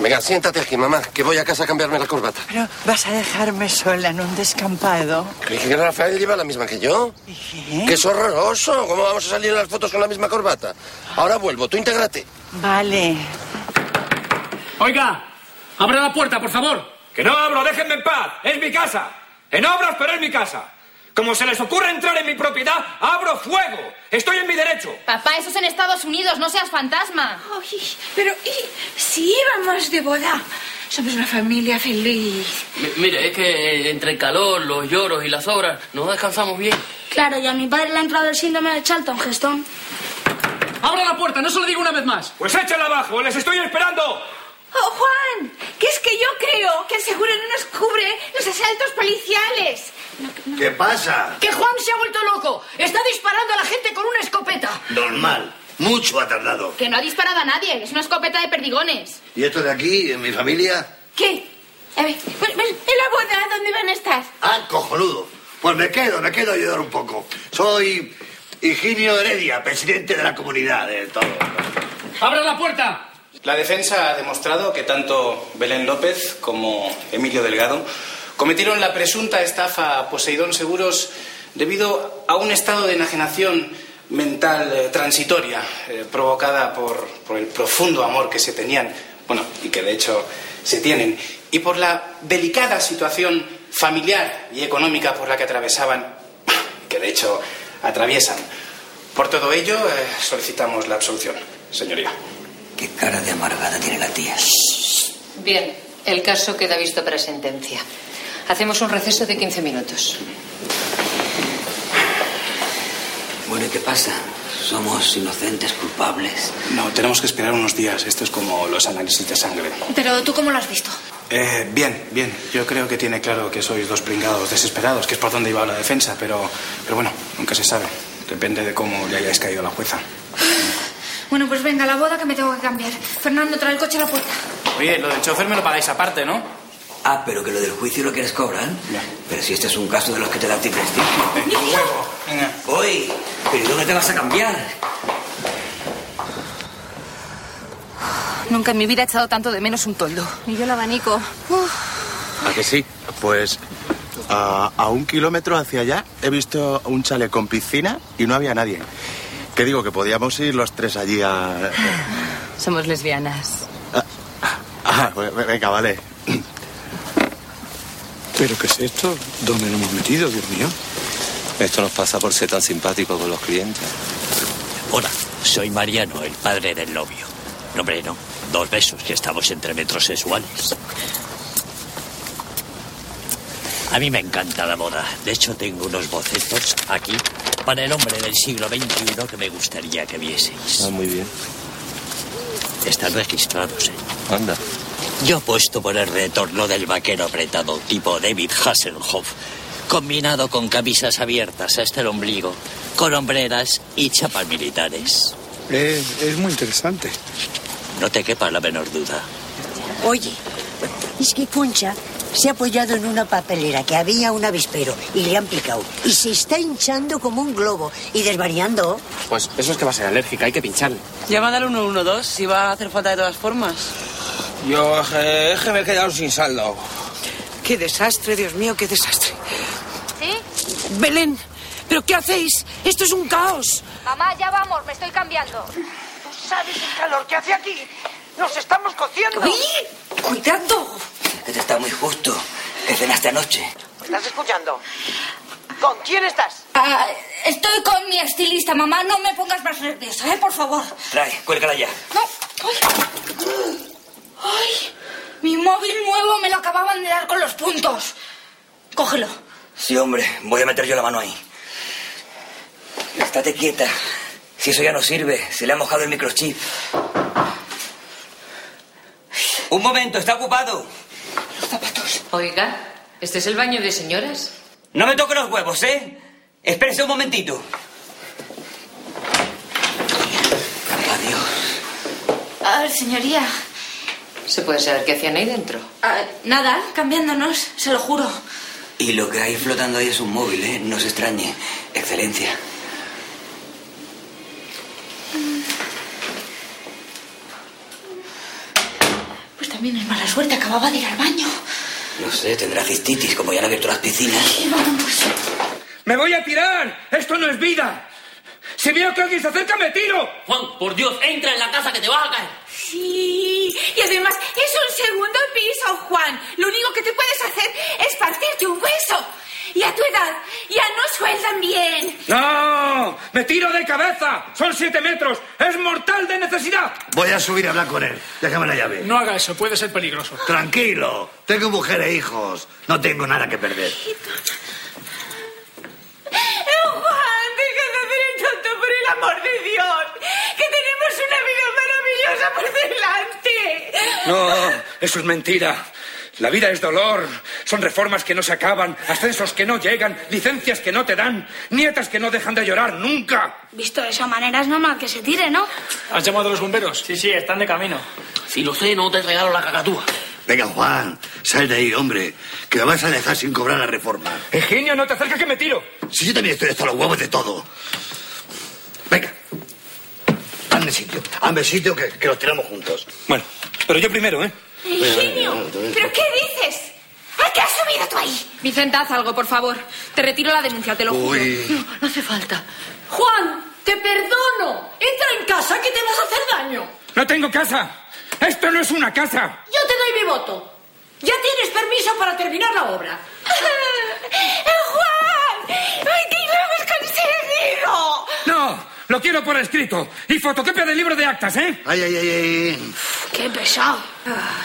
Venga, siéntate aquí, mamá, que voy a casa a cambiarme la corbata.
Pero vas a dejarme sola en un descampado.
¿Crees que Rafael lleva la misma que yo? ¡Que es horroroso! ¿Cómo vamos a salir en las fotos con la misma corbata? Ahora vuelvo, tú intégrate.
Vale.
Oiga, abra la puerta, por favor.
Que no abro, déjenme en paz. Es mi casa. En obras, pero es mi casa. Como se les ocurre entrar en mi propiedad, abro fuego. Estoy en mi derecho.
Papá, eso es en Estados Unidos, no seas fantasma.
pero ¿y si íbamos de boda? Somos una familia feliz.
M- mire, es que eh, entre el calor, los lloros y las obras no descansamos bien.
Claro, y a mi padre le ha entrado el síndrome de Charlton Heston.
¡Abra la puerta! ¡No se lo digo una vez más!
Pues échala abajo, les estoy esperando.
¡Oh, Juan! Que es que yo creo que el seguro no nos cubre los asaltos policiales.
¿Qué pasa?
¡Que Juan se ha vuelto loco! ¡Está disparando a la gente con una escopeta!
Normal. Mucho ha tardado.
Que no ha disparado a nadie, es una escopeta de perdigones.
¿Y esto de aquí, en mi familia?
¿Qué? A ver, ven, ven, en la boda, ¿dónde van a estar?
Ah, cojonudo. Pues me quedo, me quedo a ayudar un poco. Soy Higinio Heredia, presidente de la comunidad de todo.
¡Abra la puerta!
La defensa ha demostrado que tanto Belén López como Emilio Delgado cometieron la presunta estafa a Poseidón Seguros debido a un estado de enajenación mental eh, transitoria eh, provocada por, por el profundo amor que se tenían, bueno, y que de hecho se tienen, y por la delicada situación familiar y económica por la que atravesaban, que de hecho atraviesan. Por todo ello, eh, solicitamos la absolución, señoría.
Qué cara de amargada tiene la tía.
Bien, el caso queda visto para sentencia. Hacemos un receso de 15 minutos.
Bueno, ¿y qué pasa? Somos inocentes, culpables.
No, tenemos que esperar unos días. Esto es como los análisis de sangre.
Pero tú cómo lo has visto.
Eh, bien, bien. Yo creo que tiene claro que sois dos pringados desesperados, que es por donde iba la defensa, pero, pero bueno, nunca se sabe. Depende de cómo le hayáis caído a la jueza.
Bueno, pues venga, a la boda que me tengo que cambiar. Fernando, trae el coche a la puerta.
Oye, lo del chofer me lo pagáis aparte, ¿no?
Ah, pero que lo del juicio lo quieres cobrar. Pero si este es un caso de los que te da a ti prestigio.
huevo! Venga.
Hoy, ¿pero ¿y dónde te vas a cambiar?
Nunca en mi vida he echado tanto de menos un toldo. Y yo el abanico. Uf,
¿A que sí? Pues a, a un kilómetro hacia allá he visto un chalet con piscina y no había nadie. Que digo que podíamos ir los tres allí a...
somos lesbianas.
Ah, ve- ve- venga, vale.
¿Pero qué es esto? ¿Dónde nos hemos metido, Dios mío?
Esto nos pasa por ser tan simpáticos con los clientes.
Hola, soy Mariano, el padre del novio.
No, hombre, no. Dos besos, que estamos entre metrosexuales. A mí me encanta la moda. De hecho, tengo unos bocetos aquí para el hombre del siglo XXI que me gustaría que vieseis. Ah, muy bien. Están registrados, ¿eh? Anda. Yo apuesto por el retorno del vaquero apretado, tipo David Hasselhoff, combinado con camisas abiertas hasta el ombligo, con hombreras y chapas militares.
Es, es muy interesante.
No te quepa la menor duda.
Oye, es que Concha se ha apoyado en una papelera que había un avispero y le han picado. Y se está hinchando como un globo y desvariando.
Pues eso es que va a ser alérgica, hay que pincharle.
Llama al 112 si va a hacer falta de todas formas.
Yo es que- es que me he quedado sin saldo.
Qué desastre, Dios mío, qué desastre.
¿Sí?
Belén, ¿pero qué hacéis? Esto es un caos.
Mamá, ya vamos, me estoy cambiando.
¿Tú sabes el calor que hace aquí? Nos estamos cociendo.
¡Cuidado!
Que te Este está muy justo. Que cenaste anoche.
¿Me estás escuchando?
¿Con quién estás? Ah, estoy con mi estilista, mamá. No me pongas más nerviosa, ¿eh? Por favor.
Trae, cuélgala ya.
No. Ay. Ay, mi móvil nuevo me lo acababan de dar con los puntos. Cógelo.
Sí, hombre, voy a meter yo la mano ahí. Estate quieta. Si eso ya no sirve, se le ha mojado el microchip. Un momento, está ocupado.
Oiga, ¿este es el baño de señoras?
No me toque los huevos, ¿eh? Espérese un momentito.
Ah, señoría.
¿Se puede saber qué hacían ahí dentro?
Ah, nada, cambiándonos, se lo juro.
Y lo que hay flotando ahí es un móvil, ¿eh? No se extrañe. Excelencia.
Pues también es mala suerte, acababa de ir al baño.
No sé, tendrá cistitis, como ya han abierto las piscinas.
¡Me voy a tirar! ¡Esto no es vida! Si veo que alguien se acerca, me tiro.
Juan, por Dios, entra en la casa que te vas a caer.
Sí.
Sí, y además es un segundo piso, Juan. Lo único que te puedes hacer es partirte un hueso. Y a tu edad ya no sueldan bien.
¡No! ¡Me tiro de cabeza! ¡Son siete metros! ¡Es mortal de necesidad!
Voy a subir a hablar con él. Déjame la llave.
No haga eso, puede ser peligroso.
Tranquilo. Tengo mujer e hijos. No tengo nada que perder.
¡Eh, Juan, deja de hacer el tonto por el amor de Dios. Que tenemos una vida maravillosa por delante.
No, eso es mentira. La vida es dolor, son reformas que no se acaban, ascensos que no llegan, licencias que no te dan, nietas que no dejan de llorar nunca.
Visto de esa manera es normal que se tire, ¿no?
¿Has llamado a los bomberos? Sí, sí, están de camino.
Si lo sé, no te regalo la cacatúa.
Venga, Juan, sal de ahí, hombre, que me vas a dejar sin cobrar la reforma.
Eugenio, no te acerques que me tiro.
Si yo también estoy hasta los huevos de todo. Venga, hazme sitio, hazme sitio que, que los tiramos juntos.
Bueno, pero yo primero, ¿eh?
Eugenio, ¿pero qué dices? ¿A qué has subido tú ahí?
Vicenta, haz algo, por favor. Te retiro la denuncia, te lo juro.
Uy.
No, no hace falta.
Juan, te perdono. Entra en casa, que te vas a hacer daño.
No tengo casa. Esto no es una casa.
Yo te doy mi voto. Ya tienes permiso para terminar la obra.
¡Eh, ¡Juan! ¡Ay, qué lo hemos conseguido!
No, lo quiero por escrito y fotocopia del libro de actas, ¿eh?
Ay, ay, ay, ay.
Qué pesado.
Ah,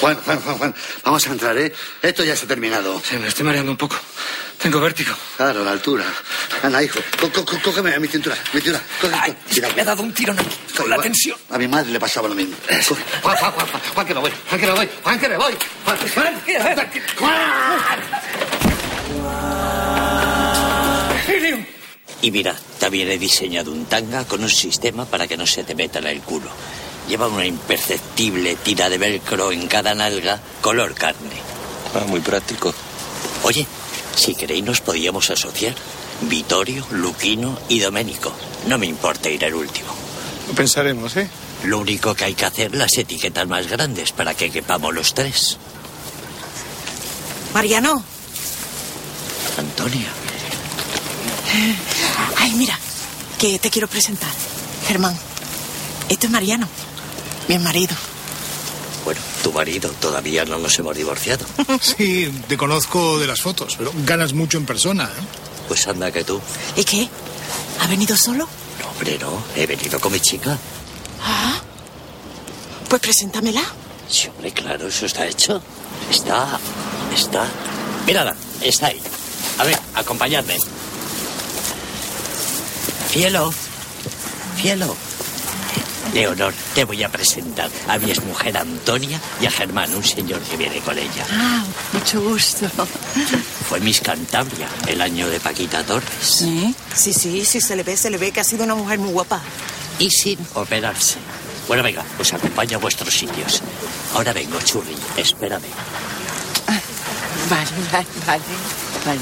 Juan, Juan, Juan, Juan, vamos a entrar, ¿eh? Esto ya se ha terminado.
Sí, me estoy mareando un poco. Tengo vértigo.
Claro, la altura. Ana, hijo, có- có- có- cógeme a mi cintura, mi cintura. Coge, coge. Cuidado.
Me ha dado un tirón aquí, con la tensión.
A mi madre le pasaba lo mismo. Coge. Juan, Juan, Juan, Juan, Juan, que me voy, Juan, que me voy, Juan, que me voy. Juan, Juan, que me voy. Juan.
Eugenio.
Y mira, también he diseñado un tanga con un sistema para que no se te meta en el culo. Lleva una imperceptible tira de velcro en cada nalga, color carne.
Ah, muy práctico.
Oye, si queréis nos podíamos asociar. Vittorio, Luquino y Doménico. No me importa ir el último.
Lo pensaremos, ¿eh?
Lo único que hay que hacer las etiquetas más grandes para que quepamos los tres.
Mariano.
Antonia.
Ay, mira, que te quiero presentar. Germán, esto es Mariano, mi marido.
Bueno, tu marido todavía no nos hemos divorciado.
Sí, te conozco de las fotos, pero ganas mucho en persona. ¿eh?
Pues anda que tú.
¿Y qué? ¿Ha venido solo?
No, hombre, no. He venido con mi chica.
Ah. Pues preséntamela.
Sí, hombre, claro, eso está hecho. Está. Está. Mírala, está ahí. A ver, acompañadme. Cielo. Cielo. Leonor, te voy a presentar a mi mujer Antonia y a Germán, un señor que viene con ella.
Ah, mucho gusto.
Fue Miss Cantabria el año de Paquita Torres,
Sí, sí, sí, sí, se le ve, se le ve que ha sido una mujer muy guapa.
Y sin operarse. Bueno, venga, os acompaño a vuestros sitios. Ahora vengo, Churri, espérame.
Vale, vale, vale. Vale.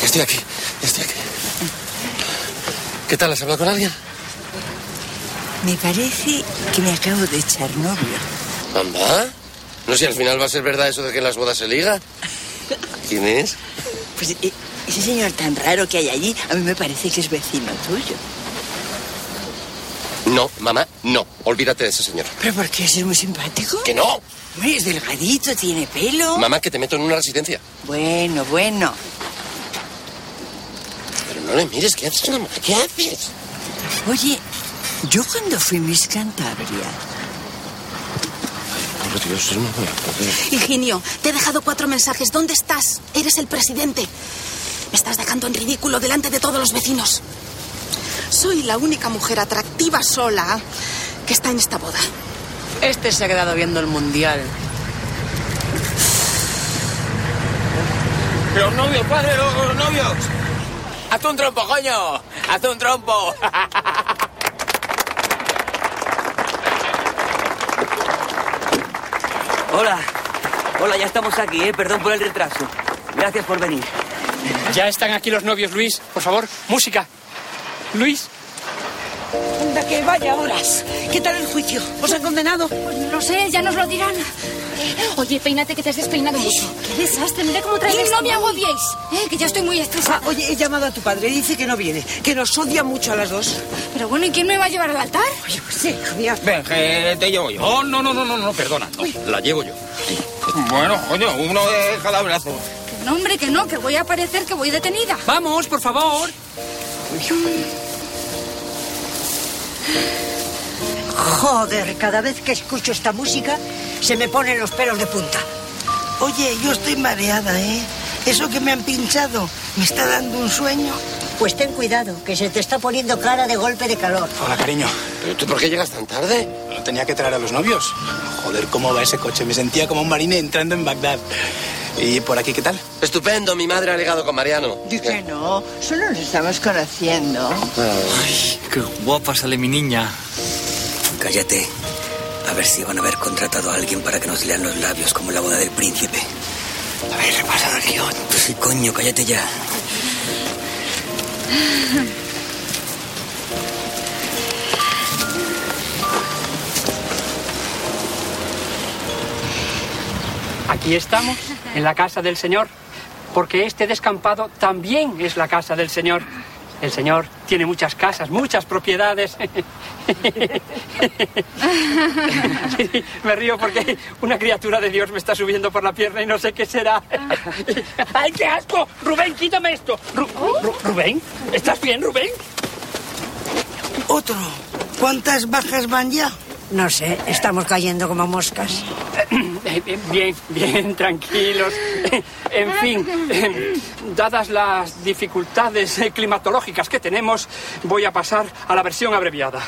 Ya estoy aquí, ya estoy aquí. ¿Qué tal? ¿Has hablado con alguien?
Me parece que me acabo de echar novio.
¿Anda? No sé si al final va a ser verdad eso de que en las bodas se liga. ¿Quién es?
Pues e- ese señor tan raro que hay allí, a mí me parece que es vecino tuyo.
No, mamá, no. Olvídate de ese señor.
¿Pero por qué? ¿Es muy simpático?
¡Que no!
Hombre, es delgadito, tiene pelo.
Mamá, que te meto en una residencia.
Bueno, bueno.
Pero no le mires, ¿qué haces, mamá? ¿Qué haces?
Oye, yo cuando fui Miss Cantabria...
Por Dios, no voy a poder.
Higinio, te he dejado cuatro mensajes. ¿Dónde estás? Eres el presidente. Me estás dejando en ridículo delante de todos los vecinos. Soy la única mujer atractiva sola que está en esta boda.
Este se ha quedado viendo el mundial.
Los novios, padre, los, los novios. Haz un trompo, coño. Haz un trompo.
Hola, hola, ya estamos aquí, ¿eh? Perdón por el retraso. Gracias por venir.
Ya están aquí los novios, Luis. Por favor, música. Luis.
Anda, que vaya horas. ¿Qué tal el juicio? ¿Os han condenado?
No sé, ya nos lo dirán.
Oye, peínate que te has despeinado mucho. Qué desastre, mira cómo traes
Y
esto.
no me
agobiéis, eh, que ya estoy muy estresada.
Ah, oye, he llamado a tu padre. Dice que no viene. Que nos odia mucho a las dos.
Pero bueno, ¿y quién me va a llevar al altar?
Oye, pues sí, hija mía.
Ven, que te llevo yo. Oh, No, no, no, no, no, no perdona. no, la llevo yo. Bueno, coño, uno de cada brazo.
Que no, hombre, que no, que voy a parecer que voy detenida.
Vamos, por favor.
Joder, cada vez que escucho esta música se me ponen los pelos de punta.
Oye, yo estoy mareada, ¿eh? Eso que me han pinchado me está dando un sueño.
Pues ten cuidado, que se te está poniendo cara de golpe de calor.
Hola, cariño.
¿Pero tú por qué llegas tan tarde?
Lo tenía que traer a los novios. Joder, ¿cómo va ese coche? Me sentía como un marine entrando en Bagdad. ¿Y por aquí qué tal?
Estupendo, mi madre ha ligado con Mariano.
Dice no, solo nos estamos conociendo.
Ay,
qué guapa sale mi niña.
Cállate. A ver si van a haber contratado a alguien para que nos lean los labios como en la boda del príncipe. A ver, repasado el guión. Sí, coño, cállate ya.
Aquí estamos, en la casa del Señor, porque este descampado también es la casa del Señor. El Señor tiene muchas casas, muchas propiedades. Sí, me río porque una criatura de Dios me está subiendo por la pierna y no sé qué será. ¡Ay, qué asco! Rubén, quítame esto. Ru- Ru- Rubén, ¿estás bien, Rubén? Otro. ¿Cuántas bajas van ya?
No sé, estamos cayendo como moscas.
Eh, eh, Bien, bien, tranquilos. En fin, eh, dadas las dificultades eh, climatológicas que tenemos, voy a pasar a la versión abreviada.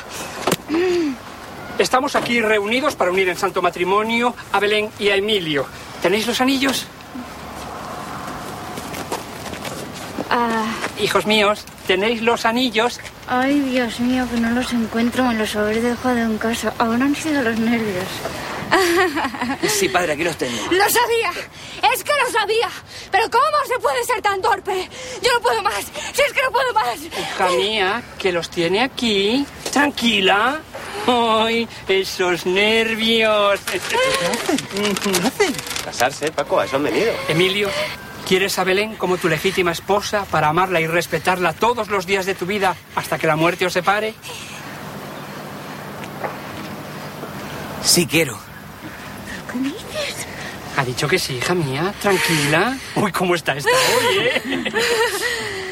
Estamos aquí reunidos para unir en santo matrimonio a Belén y a Emilio. ¿Tenéis los anillos?
Ah,
Hijos míos, ¿tenéis los anillos?
Ay, Dios mío, que no los encuentro, me los habré dejado en casa. Aún han sido los nervios.
Sí, padre, aquí los tengo.
¡Lo sabía! ¡Es que lo sabía! ¿Pero cómo se puede ser tan torpe? ¡Yo no puedo más! ¡Si es que no puedo más!
Hija mía, que los tiene aquí. Tranquila. ¡Ay, esos nervios! ¿Qué hacen?
Casarse, Paco, a eso han venido.
Emilio, ¿quieres a Belén como tu legítima esposa para amarla y respetarla todos los días de tu vida hasta que la muerte os separe?
Sí quiero.
¿Qué dices?
Ha dicho que sí, hija mía. Tranquila. Uy, ¿cómo está esta hoy, eh?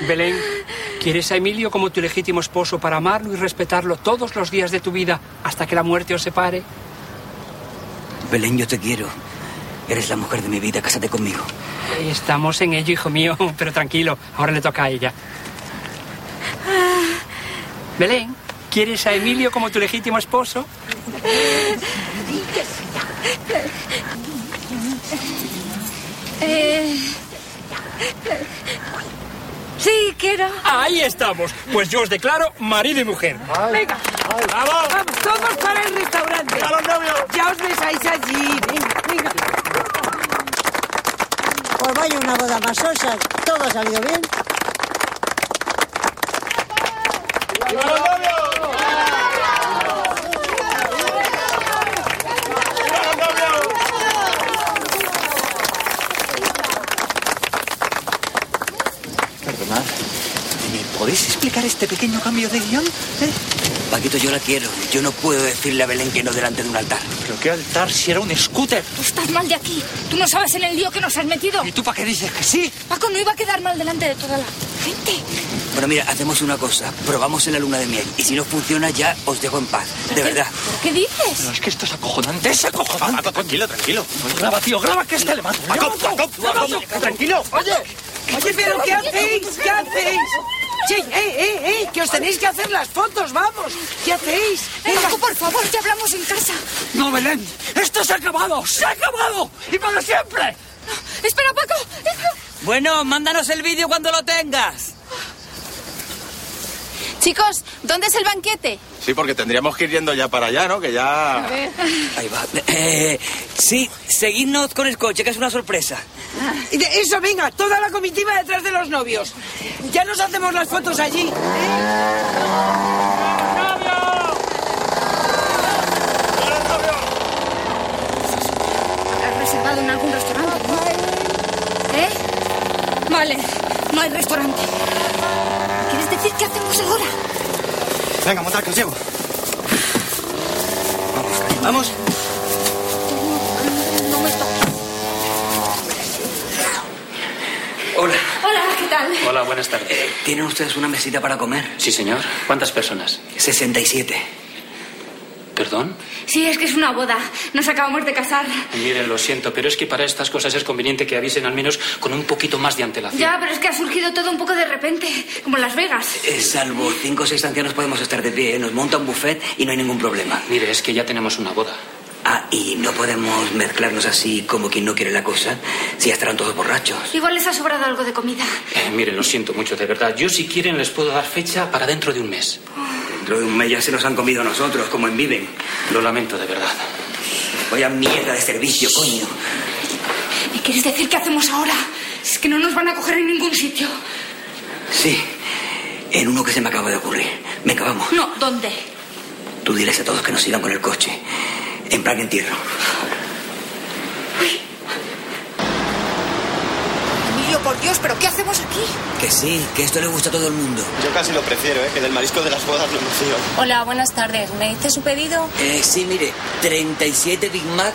Belén, ¿quieres a Emilio como tu legítimo esposo para amarlo y respetarlo todos los días de tu vida hasta que la muerte os separe?
Belén, yo te quiero. Eres la mujer de mi vida, cásate conmigo.
Estamos en ello, hijo mío, pero tranquilo, ahora le toca a ella. Belén, ¿quieres a Emilio como tu legítimo esposo?
Eh, Sí, quiero.
Ahí estamos. Pues yo os declaro marido y mujer.
Venga.
¡Vamos!
Todos para el restaurante.
¡A los novios!
Ya os besáis allí. Venga, venga.
Pues vaya una boda más sosa, todo ha salido bien.
Perdonad. ¿Me podéis explicar este pequeño cambio de guión? eh?
Paquito, yo la quiero. Yo no puedo decirle a Belén que no delante de un altar.
¿Pero qué altar si era un scooter?
Estás mal de aquí. Tú no sabes en el lío que nos has metido.
¿Y tú para qué dices que sí?
Paco no iba a quedar mal delante de toda la gente.
Bueno, mira, hacemos una cosa. Probamos en la luna de miel. Y si no funciona, ya os dejo en paz. De verdad. Ah,
¿Qué dices?
Es que esto es acojonante, es acojonante. Paco, tranquilo, tranquilo. Graba, tío, graba que este le mato. Paco, Paco, Paco, tranquilo. Oye,
Oye, pero ¿qué hacéis? ¿Qué hacéis? Sí, ¡Eh, eh, eh! ¡Que os tenéis que hacer las fotos, vamos! ¿Qué hacéis? Venga,
por favor, ya hablamos en casa.
No, Belén, esto se ha acabado, se ha acabado. Y para siempre.
Espera, Paco.
Bueno, mándanos el vídeo cuando lo tengas.
Chicos, ¿dónde es el banquete?
Sí, porque tendríamos que ir yendo ya para allá, ¿no? Que
Ah.
ya...
ver.
Ahí va. Eh, sí, seguidnos con el coche, que es una sorpresa.
y de- Eso, venga, toda la comitiva detrás de los novios. Ya nos hacemos las fotos allí.
reservado en algún restaurante, ¿no? ¿Eh? Vale, no hay restaurante. ¿Quieres decir qué hacemos ahora?
Venga, montar, que os llevo. Vamos.
Hola.
Hola, ¿qué tal?
Hola, buenas tardes. Eh, ¿Tienen ustedes una mesita para comer? Sí, señor. ¿Cuántas personas? 67.
¿Perdón?
Sí, es que es una boda. Nos acabamos de casar.
Ah,
Miren, lo siento, pero es que para estas cosas es conveniente que avisen al menos con un poquito más de antelación.
Ya, pero es que ha surgido todo un poco de repente, como en Las Vegas.
Eh, salvo cinco o seis ancianos podemos estar de pie. ¿eh? Nos monta un buffet y no hay ningún problema.
Mire, es que ya tenemos una boda.
Ah, y no podemos mezclarnos así como quien no quiere la cosa. Si ya estarán todos borrachos.
Igual les ha sobrado algo de comida.
Eh, miren, lo siento mucho, de verdad. Yo si quieren les puedo dar fecha para dentro de un mes.
Dentro de un mes ya se nos han comido a nosotros, como en Viven.
Lo lamento, de verdad.
Vaya mierda de servicio, coño.
¿Me quieres decir qué hacemos ahora? Es que no nos van a coger en ningún sitio.
Sí, en uno que se me acaba de ocurrir. Venga, vamos.
No, ¿dónde?
Tú diles a todos que nos sigan con el coche. En plan entierro.
Emilio, por Dios, ¿pero qué hacemos aquí?
Que sí, que esto le gusta a todo el mundo.
Yo casi lo prefiero, ¿eh? Que del marisco de las bodas no me fío.
Hola, buenas tardes. ¿Me dice su pedido?
Eh, sí, mire, 37 Big Mac,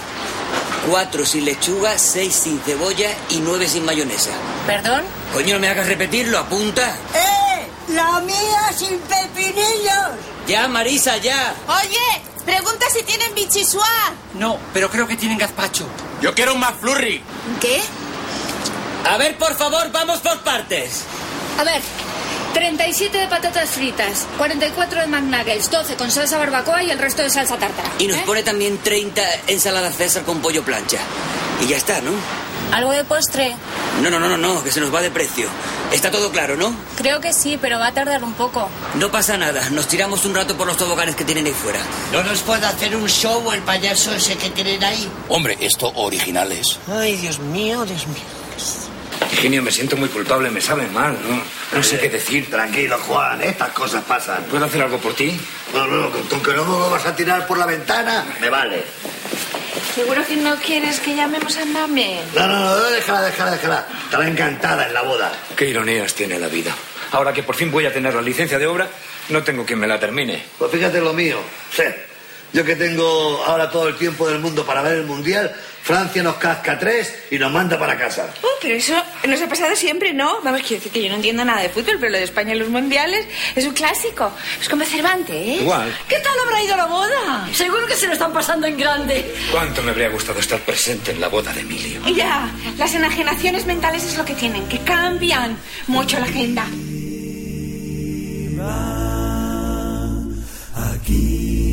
4 sin lechuga, 6 sin cebolla y 9 sin mayonesa.
¿Perdón?
Coño, no me hagas repetirlo, apunta.
¡Eh! ¡La mía sin pepinillos!
Ya, Marisa, ya.
Oye, pregunta si tienen bichisua.
No, pero creo que tienen gazpacho. Yo quiero un McFlurry.
¿Qué?
A ver, por favor, vamos por partes.
A ver, 37 de patatas fritas, 44 de McNuggets, 12 con salsa barbacoa y el resto de salsa tártara.
Y nos pone también 30 ensaladas César con pollo plancha. Y ya está, ¿no?
¿Algo de postre?
No, no, no, no, no, que se nos va de precio. Está todo claro, ¿no?
Creo que sí, pero va a tardar un poco.
No pasa nada, nos tiramos un rato por los toboganes que tienen ahí fuera.
¿No nos puede hacer un show el payaso ese que tienen ahí?
Hombre, esto originales.
Ay, Dios mío, Dios mío.
Genio, me siento muy culpable, me sabe mal, ¿no? No sé qué decir.
Tranquilo, Juan, estas cosas pasan.
¿Puedo hacer algo por ti?
No, no, con con que no me vas a tirar por la ventana, me vale.
¿Seguro que no quieres que llamemos a Mame?
No, no, no, déjala, déjala, déjala. Estará encantada en la boda.
Qué ironías tiene la vida. Ahora que por fin voy a tener la licencia de obra, no tengo quien me la termine.
Pues fíjate lo mío, sé. Yo que tengo ahora todo el tiempo del mundo para ver el Mundial, Francia nos casca tres y nos manda para casa.
Oh, pero eso nos ha pasado siempre, ¿no? Vamos, quiero decir que yo no entiendo nada de fútbol, pero lo de España en los mundiales es un clásico. Es como Cervantes. ¿eh?
Igual.
¿Qué tal habrá ido la boda?
Seguro que se lo están pasando en grande.
¿Cuánto me habría gustado estar presente en la boda de Emilio?
Ya, las enajenaciones mentales es lo que tienen, que cambian mucho la agenda.
aquí.